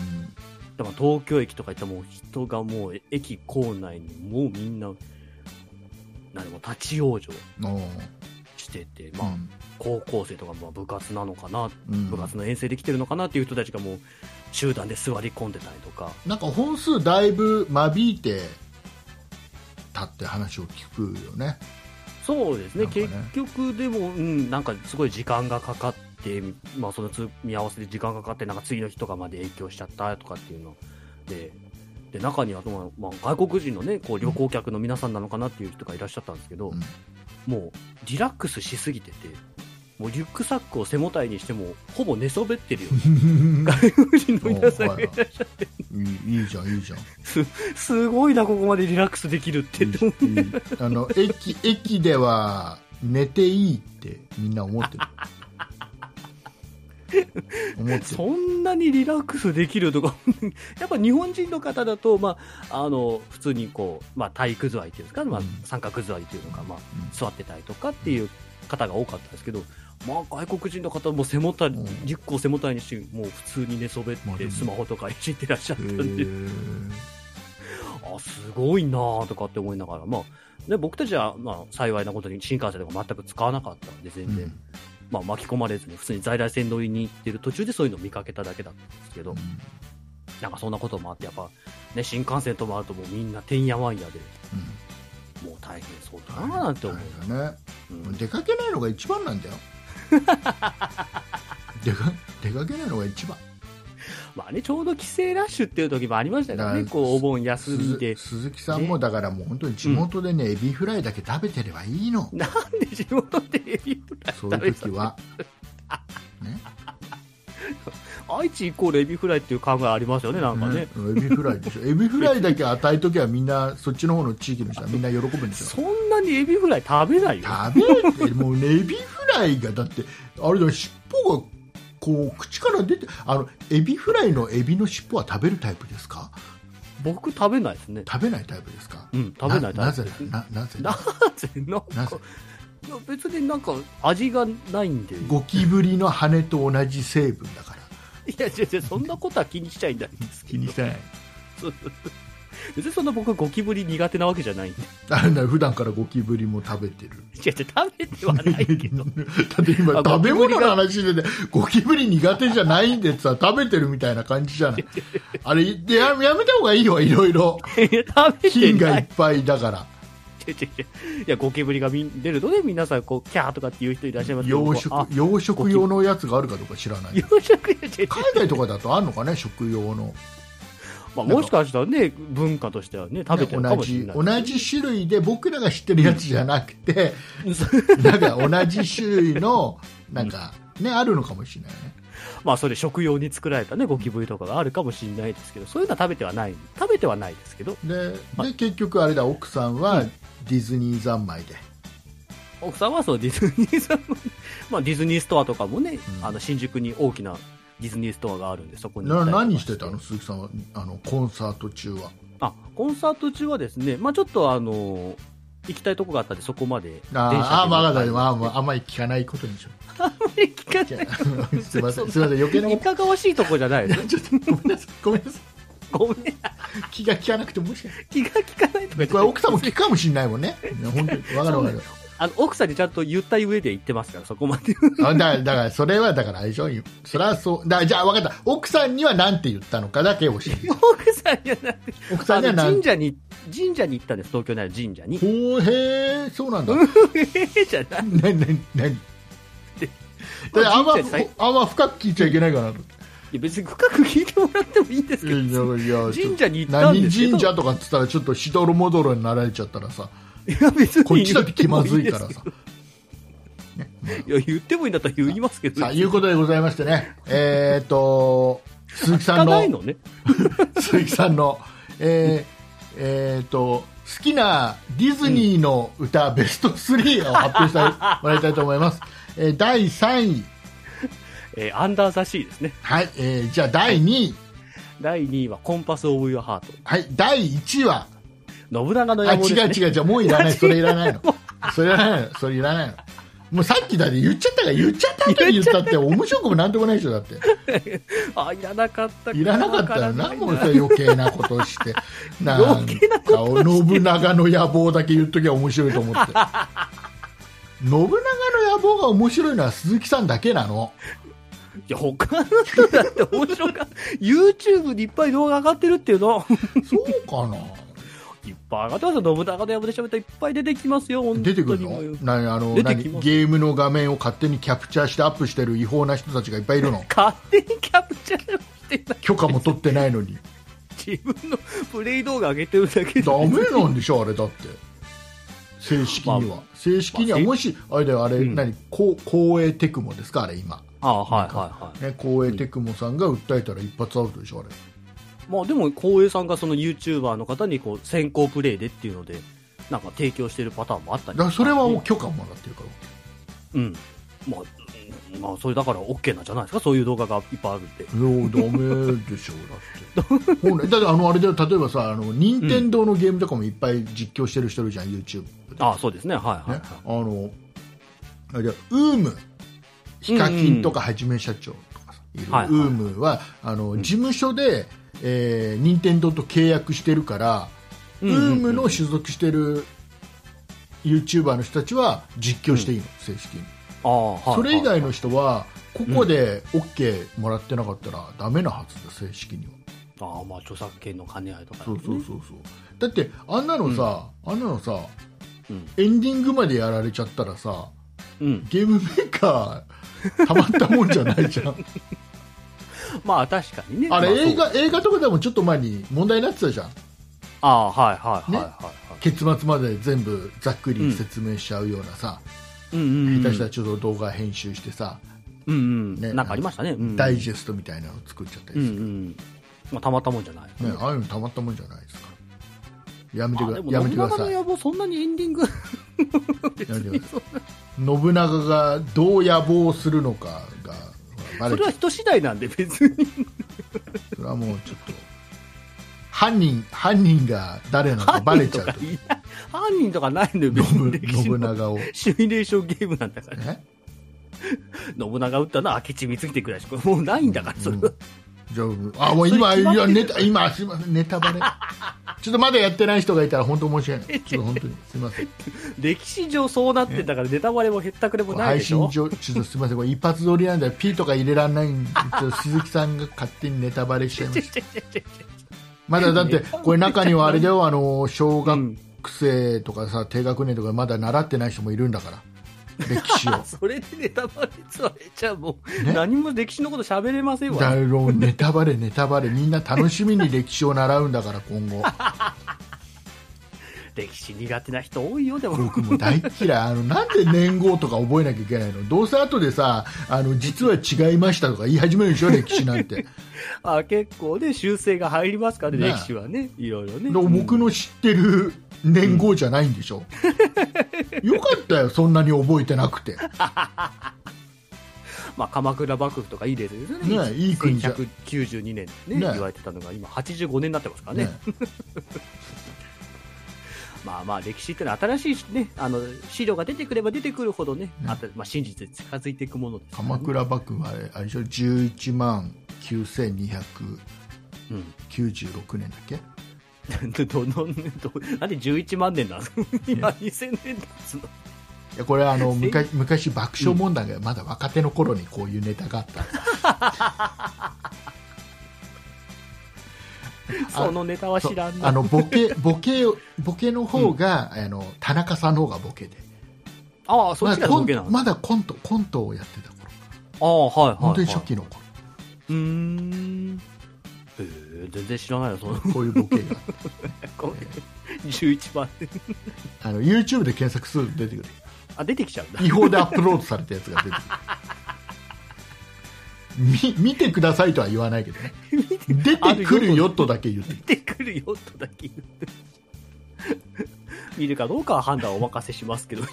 だから東京駅とか行ったらもう人がもう駅構内にもうみんな、何も立ち往生
おう
してて、まあ
うん
高校生とかまあ部活なのかな、
うん
部活の遠征で来てるのかなっていう人たちがもう集団で座り込んでたりとか、
なんか本数だいぶ間引いてたって話を聞くよね。
そうですね、
なんかね
結局でも、うん、なんかすごい時間がかかって、まあ、その通見合わせで時間がかかって、なんか次の日とかまで影響しちゃったとかっていうので、で中には、まあまあ、外国人の、ね、こう旅行客の皆さんなのかなっていう人がいらっしゃったんですけど、
うん
もうリラックスしすぎてて、もうリュックサックを背もたれにして、もうほぼ寝そべってるような 外国人の皆さんがいらっしゃって、
いいいいじゃんいいじゃん。
すごいな、ここまでリラックスできるって
いい
と思って
いいあの駅駅では寝ていいってみんな思 ってる。思ってる
そんなにリラックスできるとか、 やっぱ日本人の方だと、まあ、あの、普通にこう、まあ、体育座りっていうんですか、まあ
うん、
三角座りっていうのか、まあ、
うん
座ってたりとかっていう方が多かったですけど、まあ、外国人の方も背もたれ
うん、
リュックを背もたれにして、もう普通に寝そべっ
まあで
て、
も
スマホとかいじってらっしゃった
へ
んで、
ー
あ、すごいなあとかって思いながら、まあ、ね、僕たちは、まあ、幸いなことに新幹線とか全く使わなかったんで、全然。
うん
まあ、巻き込まれずに、普通に在来線乗りに行ってる途中でそういうのを見かけただけだったんですけど、なんかそんなこともあって、やっぱ、ね、新幹線ともあるともうみんなてんやわんやで、もう大変そうだななんて
うん
思う。
大変だね。
うん
出かけないのが一番なん だよ。出か出かけないのが一番。
まあね、ちょうど帰省ラッシュっていう時もありましたから
だ
ね、
から
こう、お盆休みで
鈴。鈴木さんもだからもう本当に地元でね、エビフライだけ食べてればいい の、
なんで地元でエビフライ
そういう時は、ね
愛知イコールエビフライっていう考えありますよね、なんかね。
うんエビフライでしょエビフライだけ与えときはみんなそっちの方の地域の 人はみんな喜ぶんですよ
そんなにエビフライ食べないよ。
食べるもうねエビフライがだってあれだよ尻尾がこう口から出てあのエビフライのエビの尻尾は食べるタイプですか
僕食べないですね。
食べないタイプですか
うん、食べない
なな
タイ
ぜ
プです。
ななぜ
なぜなんか
なぜ
いや別になんか味がないんで。
ゴキブリの羽と同じ成分だから
いや、違う違う、そんなことは気にしちゃいないんですけど。
してない
別にそんな僕ゴキブリ苦手なわけじゃないんで。
あれだよ普段からゴキブリも食べてる
違う違う、 食べてはないけど。
だって今
あゴ
食
キ
べ
ブリが
物の話でねゴキブリ苦手じゃないんでさ食べてるみたいな感じじゃないあれいややめた方がいいよいろいろ
いや食べて
菌が
ない
っ
い。
ぱいだから
違う違う違ういや、ゴキブリがみ出るとね、皆さん、こう、キャーとかっていう人いらっ しゃいますけど
養
あ
殖養殖用のやつがあるかどうか知らない
養殖や違う違う
海外とかだとあるのかね食用の、
まあ、もしかしたらね、文化としてはね、食べてるか
同
もしれ
じ
ない。
同じ種類で僕らが知ってるやつじゃなくて、なんか同じ種類のなんかねあるのかもしれないよね
まあ、それ食用に作られたね、ゴキブリとかがあるかもしれないですけど、そういうのは食べてはない。食べてはないですけど。
でで結局あれだ奥さんはディズニー三昧で
あ奥さんはそうディズニーさんも、 まあ、ディズニーストアとかもね、あの新宿に大きなディズニーストアがあるんでそこに行っ
な
たりとか
何してたの鈴木さんはあのコンサート中は
あコンサート中はですね、まあ、ちょっとあの行きたいとこがあったんでそこまで
あーあー、ま
乗
あま
った
あ
り
まあまああんまり聞かないことにしよう
聞か
じゃ
ない
あすいませ
そん
ん
な
すいません余計ないこ
かがわしいとこじ ゃないです
とちょっ とごめんなさいごめんなさい
ごめん
気が利かなくてもしかして
気が利かないとか言って
これ奥さんも聞くかもしれないもんねいや本当にわかるわかる
あの奥さんにちゃんと言った上で言ってますからそこ まで
あだだからそれはだから相性それはそうだじゃあ分かった奥さんには何て言ったのかだけ教え て
奥さんじゃなくて
奥さ
あ
んには
の
何
神
て
社に神社に行ったんです東京にある神社に
ほうへえそうなんだ
じゃない
何何 何だからあんま
神社に最
あんま深く聞いちゃいけないかなと
いや別に深く聞いてもらってもいいんですけど、
いやちょ
神社に行ったん
何
ですけど、
神社とかっつったらちょっとしどろもどろになられちゃったらさ
いや別に
こっちだって気まずいから
言って
さ
もい いんですけど。いや、言ってもいいんだったら言いますけど、
さあいうことでございましてねえっと鈴木
聞
さ
か
ん
な
の
いのね。
鈴木さんの、えーえーと好きなディズニーの歌、ベスト3を発表してもらいたいと思います、えー第3位、
えーアンダーザシーですね。
はいえーじゃあ第2位、
第2位はコンパス・オブ・ユア・ハート。
はい、第1位は
信長の
あ
野
違う
望です、ね。
違う違うもういらないそれいらないのそれいらないのそれいらないのもうさっきだって言っちゃったから言っちゃったって言ったって面白くもなんでもないでしょだって
あ、いらなかった
いらなかったらなもうそれ余計なこと してなん
余計な
か信長の野望だけ言っときゃ面白いと思 って信長の野望が面白いのは鈴木さんだけなの
いや、他の人だって面白かった。YouTube にいっぱい動画上がってるっていうの。
そうかない
っぱい上がってますよ。信長の野望で喋ったらいっぱい出てきますよ、本当
出
に。
てくるの何あの
出て
何
きます
ゲームの画面を勝手にキャプチャーしてアップしてる違法な人たちがいっぱいいる の
勝手にキャプチャーしてた
許可も取ってないのに
自分のプレイ動画上げてるだけで
ダメなんでしょあれだって正式には、正式には
まあ
もしあれだよあれ、
うん
何こう光栄テクモですかあれ今
ああはいはいはい
ね、光栄テクモさんが訴えたら一発アウトでしょ、あれ。
まあでも光栄さんがその YouTuber の方にこう先行プレイでっていうのでなんか提供してるパターンもあったり
だからそれはもう
う
許可もらってるから。
んまあうんまあそれだから OK なんじゃないですかそういう動画がいっぱいあるって
いや、ダメでしょ、だって。 本来だってあの、あれだよ、例えばさ、あの、任天堂のゲームとかもいっぱい実況してる人いるじゃん、YouTube で。
ああそうですねはいはい、
ねあ
は、
の、あれだよ、ウーム、ヒカキンとかはじめ社長とかさ、いる
はいはい
ウームは、あの、事務所で、えー、任天堂と契約してるから、
い、うんうんうん
ウームの所属してる YouTuber の人たちは実況していいの、正式に。
ああ、はいはい、
それ以外の人はここで OK もらってなかったらダメなはずだ正式には
ああまあ著作権の兼ね合いとか、ね、
そうそうそうそうだってあんなのさ、あんなのさ
うん
エンディングまでやられちゃったらさ
うん
ゲームメーカーたまったもんじゃないじゃ ん
まあ確かにね
あ
まそう
れ映画映画とかでもちょっと前に問題になってたじゃん
ああはいはいはいはい、はい
結末まで全部ざっくり説明しちゃうようなさ、
うんうんうん
下手したらちょっと動画編集してさ、
うんうん、
ね
なんかありましたね、うんうん、
ダイジェストみたいなのを作っちゃった
う
り
ん
す
う
る、
んまあたまったもんじゃない、
ね、ああいうのたまったもんじゃないですかやめて
ま
く
あ
だ
でも
やめて
信
くだ
長
さ
の
い
野望そんなにエンディング別
やめて
に
ください信長がどう野望するのかがバ
そ
レちゃ
れは
う
人次第なんで別に
それはもうちょっと犯人犯人が誰なのかバレちゃうと
犯人とかいない 犯人とかないのよ別に歴
信
史
信
の
長をね
シミュレーションゲームなんだから信長撃ったのは明智光秀くらいしかもうないんだからそれは、
うんじゃああもう今
それ決ま
い
って
や
る
ネタ今すいませんネタバレちょっとまだやってない人がいたら本当申し訳ないちょっと本当にすいません
歴史上そうなってんだからネタバレもへったくれもない
配
でし
信
ょ
上ちょっとすいませんこれ一発撮りなんで P とか入れられないんでちょっと鈴木さんが勝手にネタバレしちゃいました まだだってこれ中にはあれだよあの小
う
学
ん、
学生とかさ低学年とかまだ習ってない人もいるんだから歴 史を
それでネタバレつわれちゃもう、
ね
何も歴史のこと喋れませんわ
だろうネタバレネタバレみんな楽しみに歴史を習うんだから今 後
歴史苦手な人多いよでも
僕も大っ嫌いあのなんで年号とか覚えなきゃいけないのどうせ後でさあの実は違いましたとか言い始めるでしょ歴史なんて
あ結構ね修正が入りますからね
ね
歴史はねいろいろね
でも僕の知ってる年号じゃないんでしょ、よかったよ、そんなに覚えてなくて。
まあ、鎌倉幕府とかいいですよね。
ねいい国じゃ
1192年ね
ね
言われてたのが今85年になってますからね。
ね
まあまあ歴史ってのは新しい、ね、あの資料が出てくれば出てくるほどね、
ね
あとまあ、真実に近づいていくものですからね、
鎌倉幕府はあれでしょ11万9296
うん、
年だっけ
どのどなんで11万年なんですか今2000年なんですの
いやこれはあ の昔昔、爆笑問題がまだ若手の頃にこういうネタがあったんです
そのネタは知らん
あ
な
のボケボケボケの方が、あの田中さんの方がボケで
ああそっちがボケな
ま
の、
だまだコントコントをやってた頃
ああはいはい、はい、
本当に初期の頃、
うーんえー、全然知らないよその
こういうボケが
ごめん11万年
あの YouTube で検索すると出てくる
あ出てきちゃうんだ
違法でアップロードされたやつが出てくるみ見てくださいとは言わないけ どね出てくるよとだけ言ってくる
出てくるよとだけ言って見るかどうかは判断お任せしますけど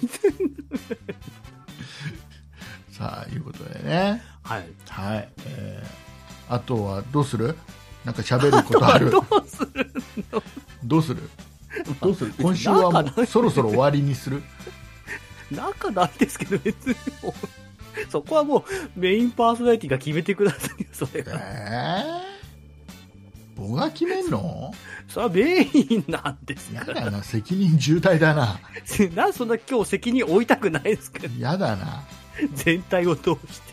さあいうことでね
はい
はい、えーあとはどうするなんか喋ること ある
どうする
どうするどうする今週
な
は
んか
も
な
うそろそろ終わりにする
中なんですけど別にもうそこはもうメインパーソナリティが決めてくださいよそれ
え
は
ー僕が決めんの
それはメインなんです
や
から
だな責任重大だな
なんでそんな今日責任負いたくないですか
やだな
全体を通して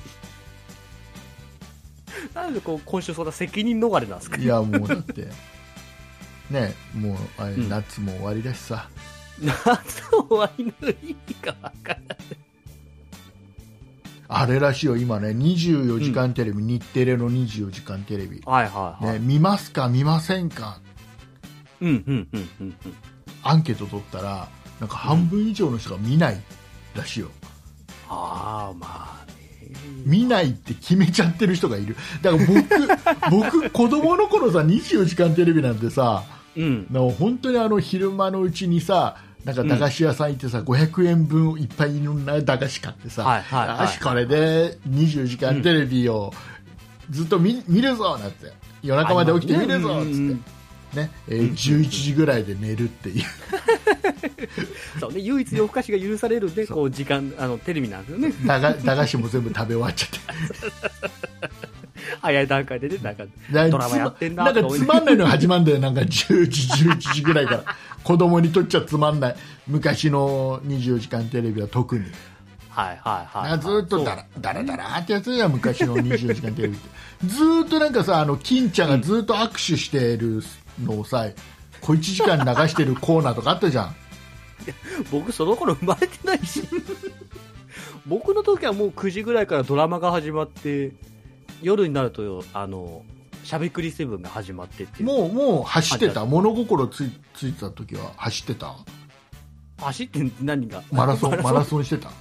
なんでこう今週そんな責任逃れなんですか
いやもうだってねもうあれ
うん
夏も終わりだしさ、
夏終わりの意味がわからない
あれらしいよ今ね24時間テレビ、日テレの24時間テレビ、
はいはいは
ね、
い、
見ますか見ませんか
うんうんうんうんうん
アンケート取ったらなんか半分以上の人が見ないらしいよ、
ああまあね
見ないって決めちゃってる人がいるだから僕僕子供の頃さ24時間テレビなんてさ
うん
なんか本当にあの昼間のうちにさなんか駄菓子屋さん行ってさ、500円分いっぱいいろんな駄菓子買ってさ、
はいはいはい
よしこれで24時間テレビをずっと見,、見るぞなんて夜中まで起きて見るぞっつって、
うんうん
ねえー11時ぐらいで寝るっていう
そうね唯一夜更かしが許されるでこう時間あのテレビなんですよね
駄 菓駄菓子も全部食べ終わっちゃって
早い段階でねなんか
だ
ドラマやってんな
なんか
と思い
つまん ないのが始まるんだよなんか10時11時ぐらいから子供にとっちゃつまんない昔の24時間テレビは特に
はいはいは
ないんかずっとだらだらだらってやつや昔の24時間テレビってずーっとなんかさあの金ちゃんがずーっと握手してるのをさ小1時間流してるコーナーとかあったじゃん
僕その頃生まれてないし 僕の時はもう9時ぐらいからドラマが始まって夜になるとよあのしゃべくりセブンが始まってっていう
もうもう走って
あ
た物心ついついてた時は走ってた
走って何が
マラソンマ
マ
ラ
ラソ
ソ
ン
ンしてた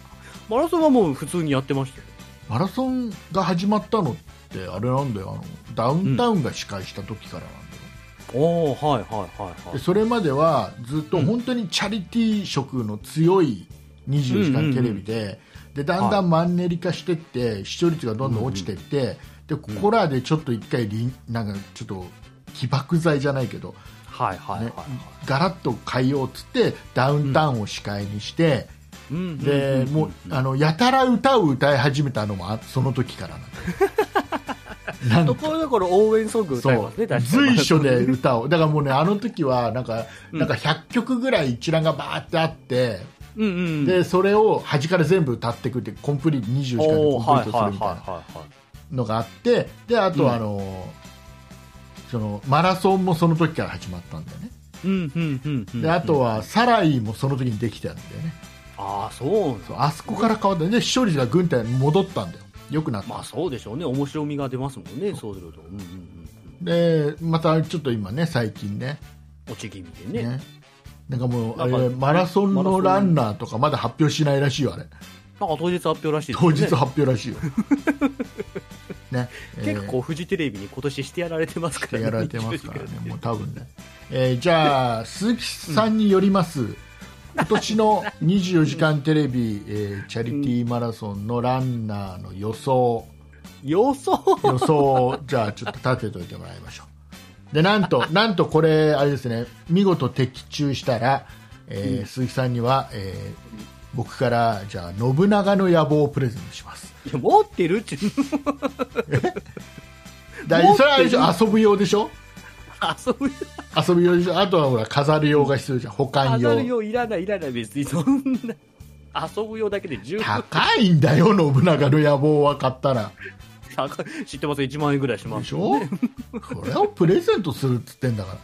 マラソンはもう普通にやってましたよ
マラソンが始まったのってあれなんだよあのダウンタウンが司会した時からなんだよ、
おおはいはいはいは
で
い
それまではずっと
うん
本当にチャリティー色の強い24時間テレビで,、でだんだんマンネリ化してって、視聴率がどんどん落ちてって、でここらでちょっと一回りんなんかちょっと起爆剤じゃないけど
はいはいはい
ね
はい、
ガラッと変えようっつってダウンタウンを司会にして、
うんうんうん
でもうあのやたら歌を歌い始めたのもあその時からなんだよなん
と
か
ころどころ応援ソング歌いますね、確かに
随所で歌をだからもうねあの時はなんか、なんか100曲ぐらい一覧がバーってあって、
うんうん。
でそれを端から全部歌ってくってコンプリート24時間でコ
おー
ンプ
は
リー
い
トす
は
る
い
みたいな
はいはい。
のがあってであ
うん
とあの、そのマラソンもその時から始まったんだよね
うんうんうんうん。
であと、はサライもその時にできたんだよね
ああ、そう
そうあそこから変わったで視聴率が軍隊に戻ったんだよ良くなった、
まあそうでしょうね、面白みが出ますもんね、そうすると。うんうんうん。
でまたちょっと今ね最近ね
落ち気味でね。
ねなんかもうあれ
なんか
マラソンのランナーとかまだ発表しないらしいよあれ
なんか当日発表らしいです
当
ね。
日発表らし いよね
結構フジテレビに今年してやられてますから、
えーやられてますからね もう多分ね、えーじゃあ、鈴木さんによります、今年の24時間テレビ、えーチャリティーマラソンのランナーの予想、
予想
予想 をじゃあちょっと立てといてもらいましょうでなんとなんとこれあれですね見事的中したら、えー鈴木さんには、えー僕からじゃあ信長の野望をプレゼントします
いや持ってるっちゅう
だ
持ってる
それはあれでしょ遊ぶ用でしょ
遊ぶ
遊ぶ用でしょあとはほら飾る用が必要じゃん保管
飾る
用
用いらないいらない別にそんな遊ぶ用だけで十分
高いんだよ信長の野望は買ったら
高い知ってます1万円ぐらいしま
ですしょこれをプレゼントするっつってんだか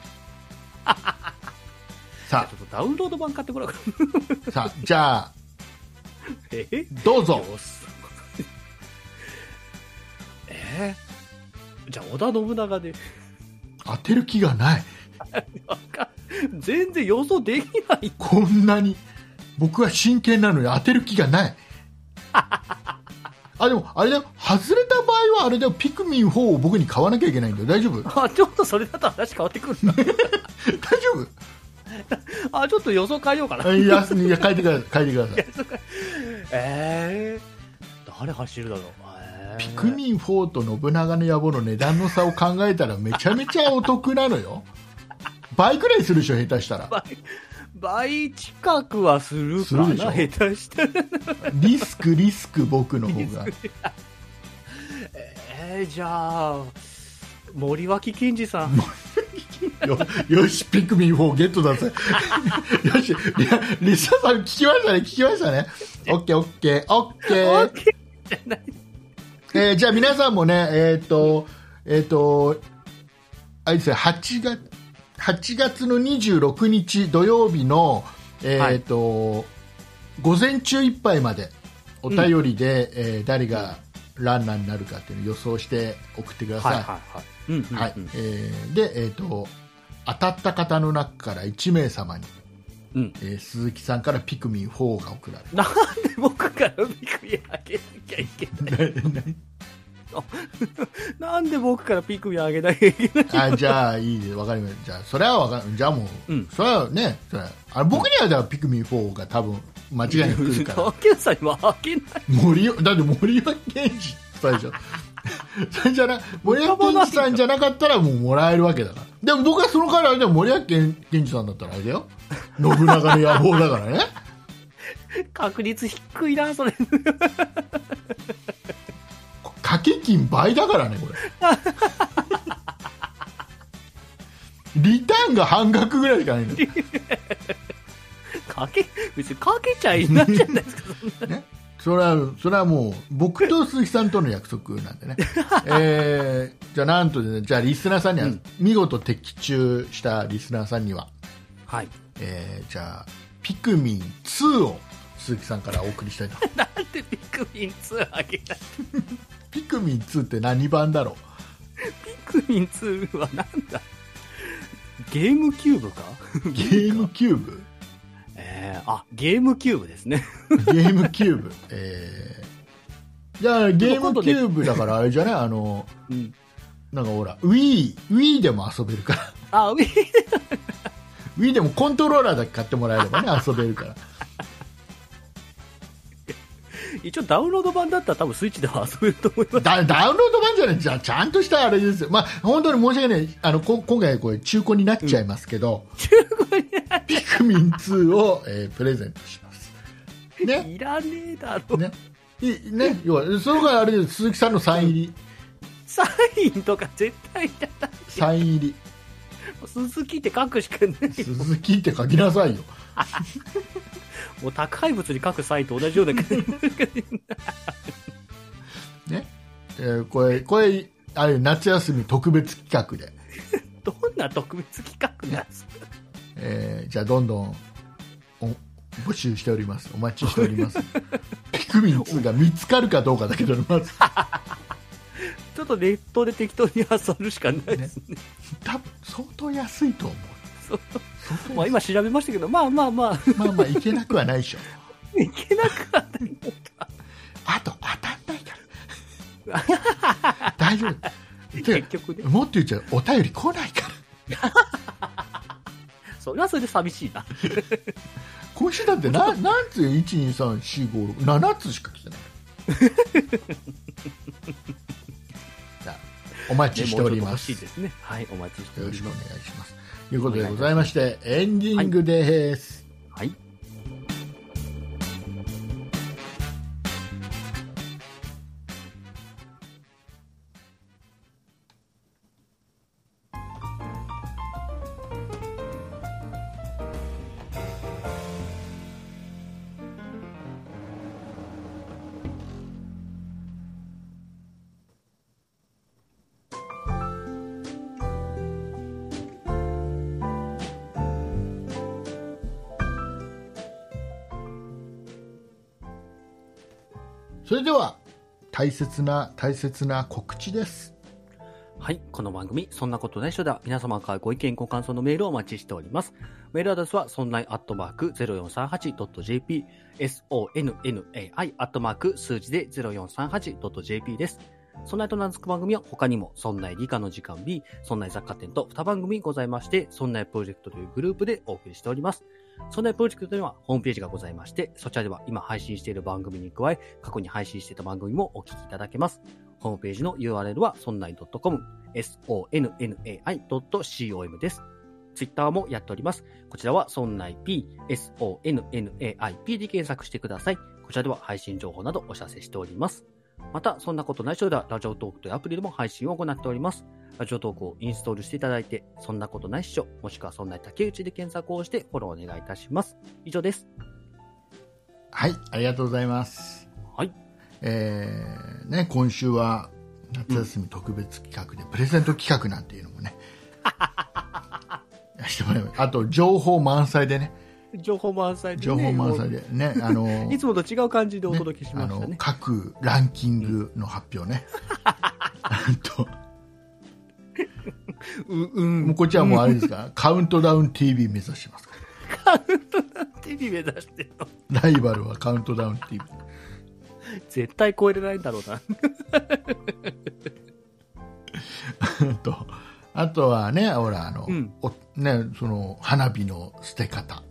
ら さ
ちょっとダウンロード版買ってこなかっ
あさあじゃあ
たええ
どうぞ
えーじゃあ織田信長で
当てる気がない
なんか全然予想できない
こんなに僕は真剣なのに当てる気がないあでもあれだよ外れた場合はあれだよピクミン4を僕に買わなきゃいけないんだよ大丈夫大
あちょっとそれだと話変わってくるな
丈
あちょっと予想変えようかな
夫いやいや書いてください書いてください
えー、誰走るだろう、えー
ピクミン4と信長の野望の値段の差を考えたらめちゃめちゃお得なのよ倍くらいするでしょ下手したら
倍近くはする
す
か
るでしょ
な下手したら
リスクリスク僕の方が
えー、じゃあ森脇健児さん
よよしピクミン4ゲットだ ぜよしいやリサさん聞きましたね聞きましたねオッケーオッケーオッケー
オッケ
えーじゃあ皆さんもねえっ、とえっ、とあれですよ8月8月の26日土曜日のえっ、と、午前中いっぱいまでお便りで、えー誰がランナーになるかっていうのを予想して送ってくだ
は
さ
い
い、
はいはい、うんうんうん
はい、えーで、えっ、と、当たった方の中から1名様に、
うん
えー鈴木さんからピクミン4が送ら
なんで僕からピクミンあげなきゃいけない
れる。
なんで僕からピクミンあげなきゃいけない
あじゃあ、いいです。わかりました。じゃあ、それはわかる。じゃあもう、
うん
それはね、それはあ僕にはだからピクミン4が多分、間違いなく来る から。
竹内さんにはあげない
森尾だって森脇健児って 言ったでしょ。それじゃな森脇健児さんじゃなかったらもうもらえるわけだから。でも僕はその代わりあれだよ森脇健健児さんだったらあれだよ。信長の野望だからね。
確率低いなそれ
掛け金倍だからねこれ リターンが半額ぐらいしかないのよ
かけ別にかけちゃいないじゃないですか
それはそれはもう僕と鈴木さんとの約束なん でね、えーじゃあなんとねじゃあリスナーさんには、
うん
見事的中したリスナーさんには、
はい
えーじゃあピクミン2を鈴木さんからお送りした いと
なんでピクミン2あげない
ピクミン2って何版だろう
ピクミン2はなんだゲームキューブか
ゲームキューブ
えー、あゲームキューブですね
ゲームキューブ、えー、じゃあゲームキューブだからあれじゃないあの
うん
なんかほら Wii, Wii でも遊べるから
あウィ
Wii でもコントローラーだけ買ってもらえればね遊べるから
一応ダウンロード版だったら多分スイッチでは遊べると思います
だダウンロード版じゃないじゃあちゃんとしたあれですよ、まあ、本当に申し訳ないあのこ今回これ中古になっちゃいますけど、ピクミン2を、えープレゼントします ね
いらねえだろ、
ねいね要はそのからあれです鈴木さんのサイン入り
サインとか絶対いらない
サイン入り
鈴木って書くしかない
鈴木って書きなさいよ
もう宅配物に書くサインと同じような 感じ
ね、えーこれ、これ、あれ、夏休み特別企画で、
どんな特別企画なんですか
えーじゃあ、どんどん、お、募集しております。お待ちしております。ピクミン2が見つかるかどうかだけど、まず、
ちょっとネットで適当に漁るしかないですね
多分、相当安いと思う。
まあ今調べましたけどまあまあまあ
まあまあ、いけなくはないでしょ。
いけなくはない
あと、当たんないから。大丈夫。て か
結局ね
もっと言っちゃう、お便り来ないから。
それはそれで寂しいな
来今週だってな何つよ1234567つしか来て ないさあお待ちしております、
ねもうちょっと欲しいですね。はい、お待ちして
よ
お
ろ
り
しくお
ま
願い
す。
しますということでございましてエンディングです、
はい。
それでは大切な大切な告知です
はい。この番組、そんなことないっしょでは、皆様からご意見、ご感想のメールをお待ちしております。メールアドレスは、そんないアットマーク 0438.jp、sonnai アットマーク数字で 0438.jp です。そんないと名付く番組は他にも、そんない理科の時間 B、そんない雑貨店と2番組ございまして、そんないプロジェクトというグループでお送りしております。そんないプロジェクトにはホームページがございまして、そちらでは今配信している番組に加え、過去に配信していた番組もお聞きいただけます。ホームページの URL は、そんない .com、sonnai.com です。ツイッターもやっております。こちらは、そんない p、sonnaip で検索してください。こちらでは配信情報などお知らせしております。また、そんなことない人では、ラジオトークというアプリでも配信を行っております。ラジオトークをインストールしていただいて、そんなことないっしょ、もしくはそんない竹内で検索をしてフォローお願いいたします。以上です。
はいありがとうございます
はい。
えーね、今週は夏休み特別企画で、プレゼント企画なんていうのも ねしてもらえばあと情報満載でね
情報満載で、
情報満載でねあの
いつもと違う感じでお届けしま
あ
したね。
の各ランキングの発表ね、 あと
う、うん
もうこっちはもうあれです か、カウントダウン TV 目指してますか
テレビ目指してるの。
らライバルはカウントダウン TV
絶対超えれないんだろうな。
あ とあとはねほらあの、
うん
おね、その花火の捨て方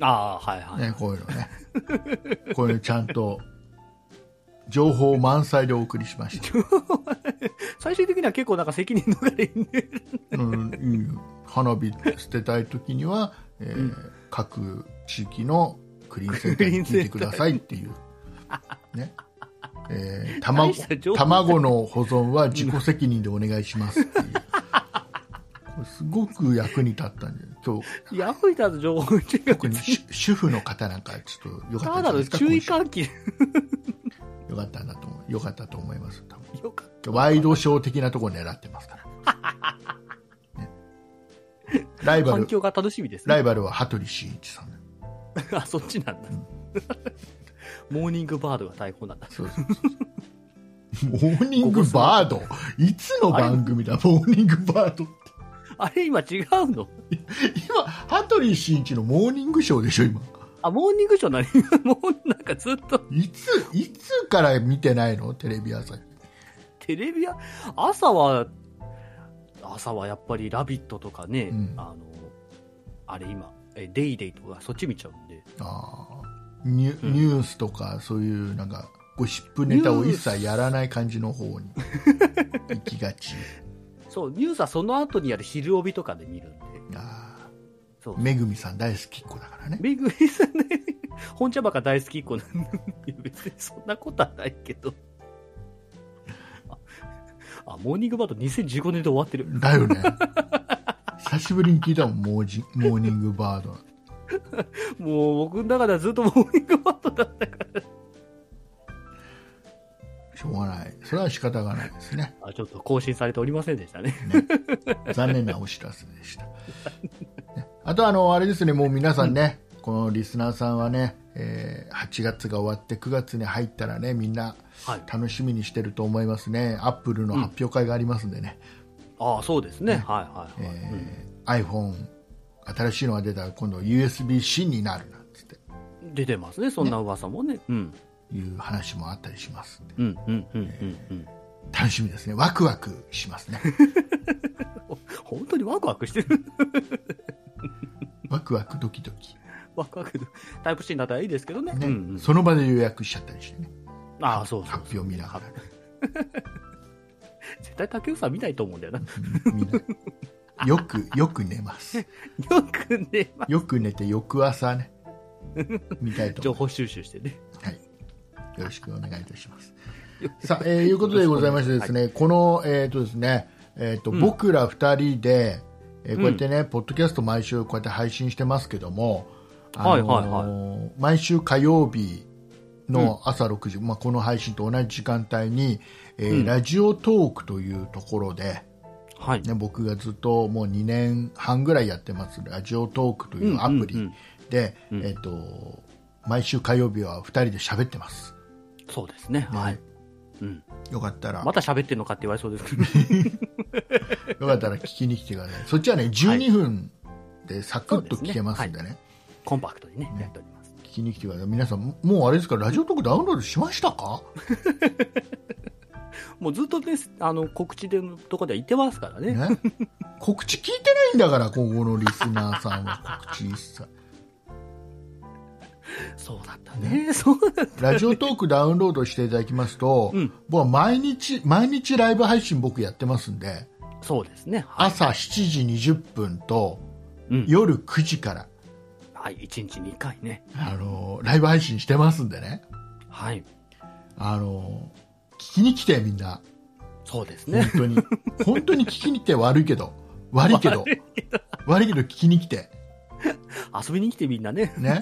ああ、はいはい。
ね、こういうの ねこういうのちゃんと情報満載でお送りしました、
最終的には結構なんか責任逃れにね。
うんうん花火捨てたい時には、えー各地域のクリーンセンターに聞いてくださいっていう、ねえー卵
大した情報
卵の保存は自己責任でお願いしますっていうこれすごく役に立ったんで今日
ヤフーターズ情報中学
特に 主主婦の方なんかちょっとよかったたんじ
だ
ゃない
の
ですか
注意
今週
喚起。
よかったなと思うよかったと思います多分
よかった
ワイドショー的なところ狙ってますから。ねライバ
環
ル、
境が楽しみです
ライ
ね。
バルは羽鳥慎一さんだ。
あ、そっちなんだ。モーニングバードが大砲なんだ。
そうそうそう。モーニングバードいつの番組だ、モーニングバードって。
あれ今違う
今、
の
羽鳥慎一のモーニングショーでしょ、今。
あ、モーニングショー何 もうなんかずっと
いつ、いつから見てないのテレビ朝日。
テレビや、朝は、朝はやっぱりラビットとかね、
うん
あの、あれ今、えデイデイとかそっち見ちゃうんで。
あーニュニュースとか、そういうなんか、ゴシップネタを一切やらない感じの方 に行きがち。
そう、ニュースはその後にやる昼帯とかで見るんで。
あー
そう。
めぐみさん大好きっ子だからね。
めぐりさんね、本茶バカ大好きっ子なんで、別にそんなことはないけど。あ、あモーニングバード2015年で終わってる。
だ よね。久しぶりに聞いたもん、モージモーニングバード。
もう僕の中ではずっとモーニングバードだったか
しょうがない。それは仕方がないですね。
ら。あ、ちょっと更新されておりませんでしたね。
残念なお知らせでした。あとあの、あれですね、もう皆さんね、このリスナーさんはね、えー8月が終わって9月に入ったらね、みんな
はい。
楽しみにしてると思いますね。アップルの発表会がありますんでね、
ああ、そうですね。はいはいはい。
えー iPhone、新しいのが出たら今度 USB-C になるなんつって
うん出てますね、そんな噂もね。うん。
いう話もあったりしますんで。
うんうんうんうんうん。
楽しみですね。ワクワクしますね。
本当にワクワクしてる。
ワクワクドキドキ。
ワクワクタイプ C だったらいいですけどね。
ね
うんうん、
その場で予約しちゃったりしてね
ああ、そうそう
発表見ながら
絶対竹内さん見ないと思うんだよな。
みんなよくよく寝ます
よくね、まあ
よく寝て翌朝ね見たいと
情
思い
報収集してね。
ます、はい、よろしくお願いいたします
よ
さあ、えーいうことでございましてですね、この、えーとですねえーと
ん
僕ら2人で、えーこうやってね、ポッドキャスト毎週こうやって配信してますけども、
はいはい
はい、毎週火曜日の朝6時、まあ、この配信と同じ時間帯に、えー
うん
ラジオトークというところで、
はい。
ね、僕がずっともう2年半ぐらいやってますラジオトークというアプ
うんうんう
リ
ん
で、
うん
えー、と毎週火曜日は2人で喋ってます。
そうですね。
ね
はい。うん。
よかったら
また喋ってんのかって言われそうですけど。
よかったら聞きに来てください。そっちはね、12分でサクッと聞けますんでね。
コンパクトにね、やっております。
聞きに来てください。皆さん、もうあれですか、ラジオトークダウンロードしましたか
もうずっとね、あの、告知でのとこでは言ってますからね。
ね。告知聞いてないんだから、今後のリスナーさんは告知一切。
そうだったね。そうだった。
ラジオトークダウンロードしていただきますと、
うん
僕は毎日、毎日ライブ配信僕やってますんで、
そうですね。はい。
朝7時20分と
うん。
夜9時から、
はい。1日2回ね。
あの、ライブ配信してますんでね、
はい。
あの、聞きに来てみんな。
そうです
本
ね。
当に本当に聞きに来て悪いけど悪いけど悪いけど聞きに来て
遊びに来てみんなね。
ね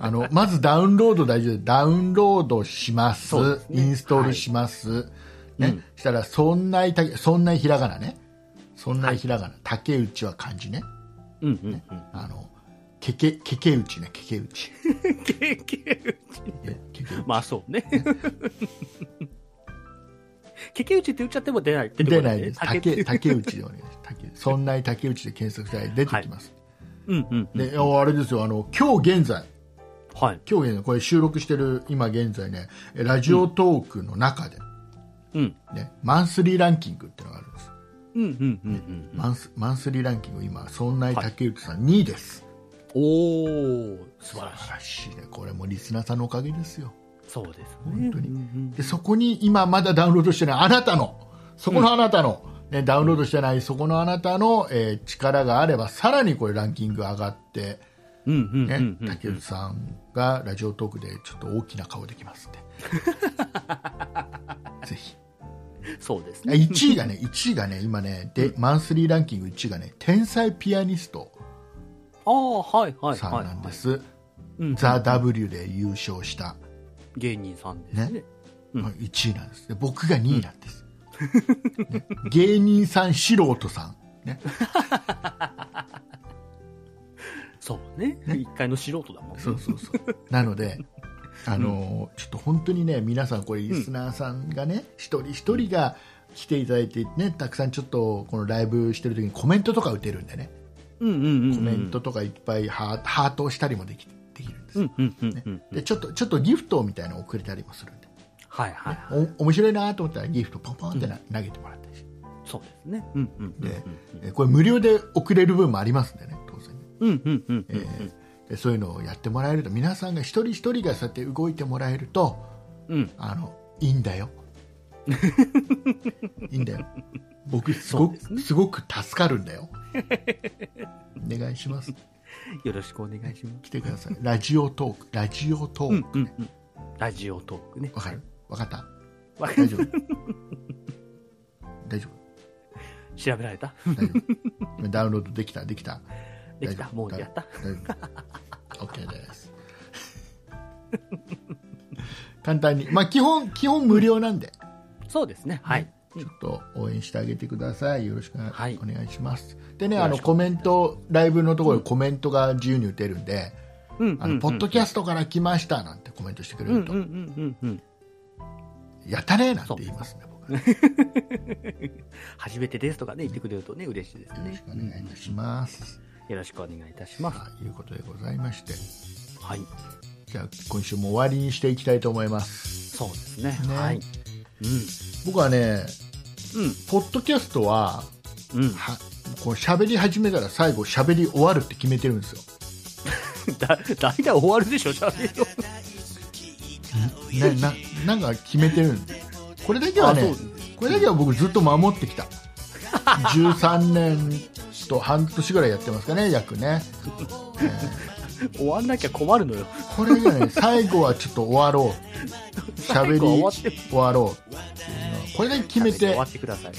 あのまずダウンロード大事でダウンロードします
そうですね
インストールします、ね
うん
したらそんないたそんなひらがなねそんなひらがな、竹内は漢字ね
うんうんうん。
あのけけけけうちねけけうちね
経験
けけうち
まあそ うね。けけうちって言っちゃっても出ない。出てこ
出ないです竹竹内でお願いします竹そんない竹内で検索したら出てきます、
うんうんうん。
でああれですよあの今日現在
はい。
今日現在これ収録してる今現在ねえラジオトークの中で、
うん。
ねマンスリーランキングっていうのがあるんです、
うんうんうんうんうん。
マンスマンスリーランキング今そんな竹内さん2位です、
おー、素晴らしい
素。晴らしいねこれもリスナーさんのおかげですよ
そうですね。
本当に
うんうん
でそこに今まだダウンロードしてないあなたのそこのあなたの、ね、ダウンロードしてないそこのあなたの、えー力があればさらにこれランキング上がって、
うんうん
ね
うんうん。
竹内さんがラジオトークでちょっと大きな顔できますんで ぜひ
そうですね。
1位がね、1位がね、今ね、で、マンスリーランキング1位がね、天才ピアニスト
ああ、はいはい
さ
は
ん
い
なん
は
で
い。
す。
うん
ザ・ W で優勝した、
芸人さんですね。うん
1位なんです。で僕が2位なんです。ね芸人さん、素人さん。ね、
そうね。一回の素人だもんね。
そうそうそう。なので、あのーちょっと本当にね、皆さん、これ、リスナーさんがね、一人一人が来ていただいて、ね、たくさんちょっと、このライブしてる時にコメントとか打てるんでね、
うんうんうんうん。
コメントとかいっぱいハーハートをしたりもできできるんです
う。んうんうん
ね
うん。
でちょっとちょっとギフトみたいなのをくれたりもするんで、
はいはいはい。
お面白いなと思ったらギフトポンポンってな、投げてもらったりして、
そうですね。うんうんうんうん。
でえこれ無料で送れる分もありますんでね当然ね、
うんうんうんう
え
ん。
ーでそういうのをやってもらえると皆さんが一人一人がそうやって動いてもらえると
うん。
あのいいんだ よいいんだよ僕す
そ
ご
うです
く
ね
すごく助かるんだよお願いします
よろしくお願いします。
来てくださいラジオトークラジオトーク、
うんうんうん。ラジオトークね。
わかるわかった
わか
大
る
丈夫大丈夫
調べられた
大丈夫ダウンロードできたできた
できた
大丈夫
もうやった
大丈夫 OK です 簡単にまあ基本基本無料なんで、
そうですね。はい。
ちょっと応援してあげてくださいよろしくお願い,、
はい
しますでね
よ
あ
ろ
の
しくお
コメントライブのところでコメントが自由に打てるんで、
うんうん
あ
う
の
ん。
ポッドキャストから来ましたなんてコメントしてくれ
うんう
る
ん
と、
うんうんうん。
やったねなんて言いますね僕はよ
初めてですとかね、言ってくれるとね、嬉しいです
ろし
ね
く。お願いいたします、
よろしくお願いいたします。
さあいうことでございまして
はい。
じゃあ今週も終わりにしていきたいと思います
そうですね。
ね
はい。
僕はね
う
ポッドキャストは
ん。うん。うん。
はこう喋り始めたら最後喋り終わるって決めてるんですよ
だ大体終わるでしょ、シャーリー
ね、ななんか決めてるんでこれだけは
あそ
ね
う
これだけは僕ずっと守ってきた13年と半年ぐらいやってますかね約ね
を終わんなきゃ困るのよ。
これが ね最後はちょっと終わろう喋り
最後は終わって
終わろうっていうのはこれだけ決め
終
て
わってください。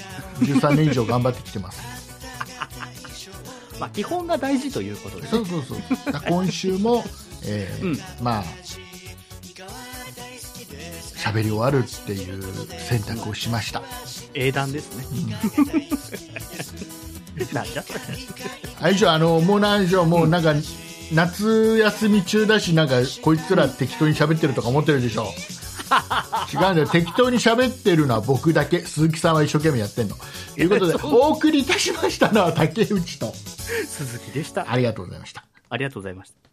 13年以上頑張ってきてます
まあ、基本が大事ということです
そうそうそうだから今週も、えーまあ喋り終わるっていう選択をしました
英断ですね。 なんじゃそれ。
あれでしょあのもうなんでしょうもうなんか、夏休み中だしなんかこいつら適当に喋ってるとか思ってるでしょ違うんだよ適当に喋ってるのは僕だけ鈴木さんは一生懸命やってんのということで
そう
お送りいたしましたのは竹内と
鈴木でした。
ありがとうございました
ありがとうございました。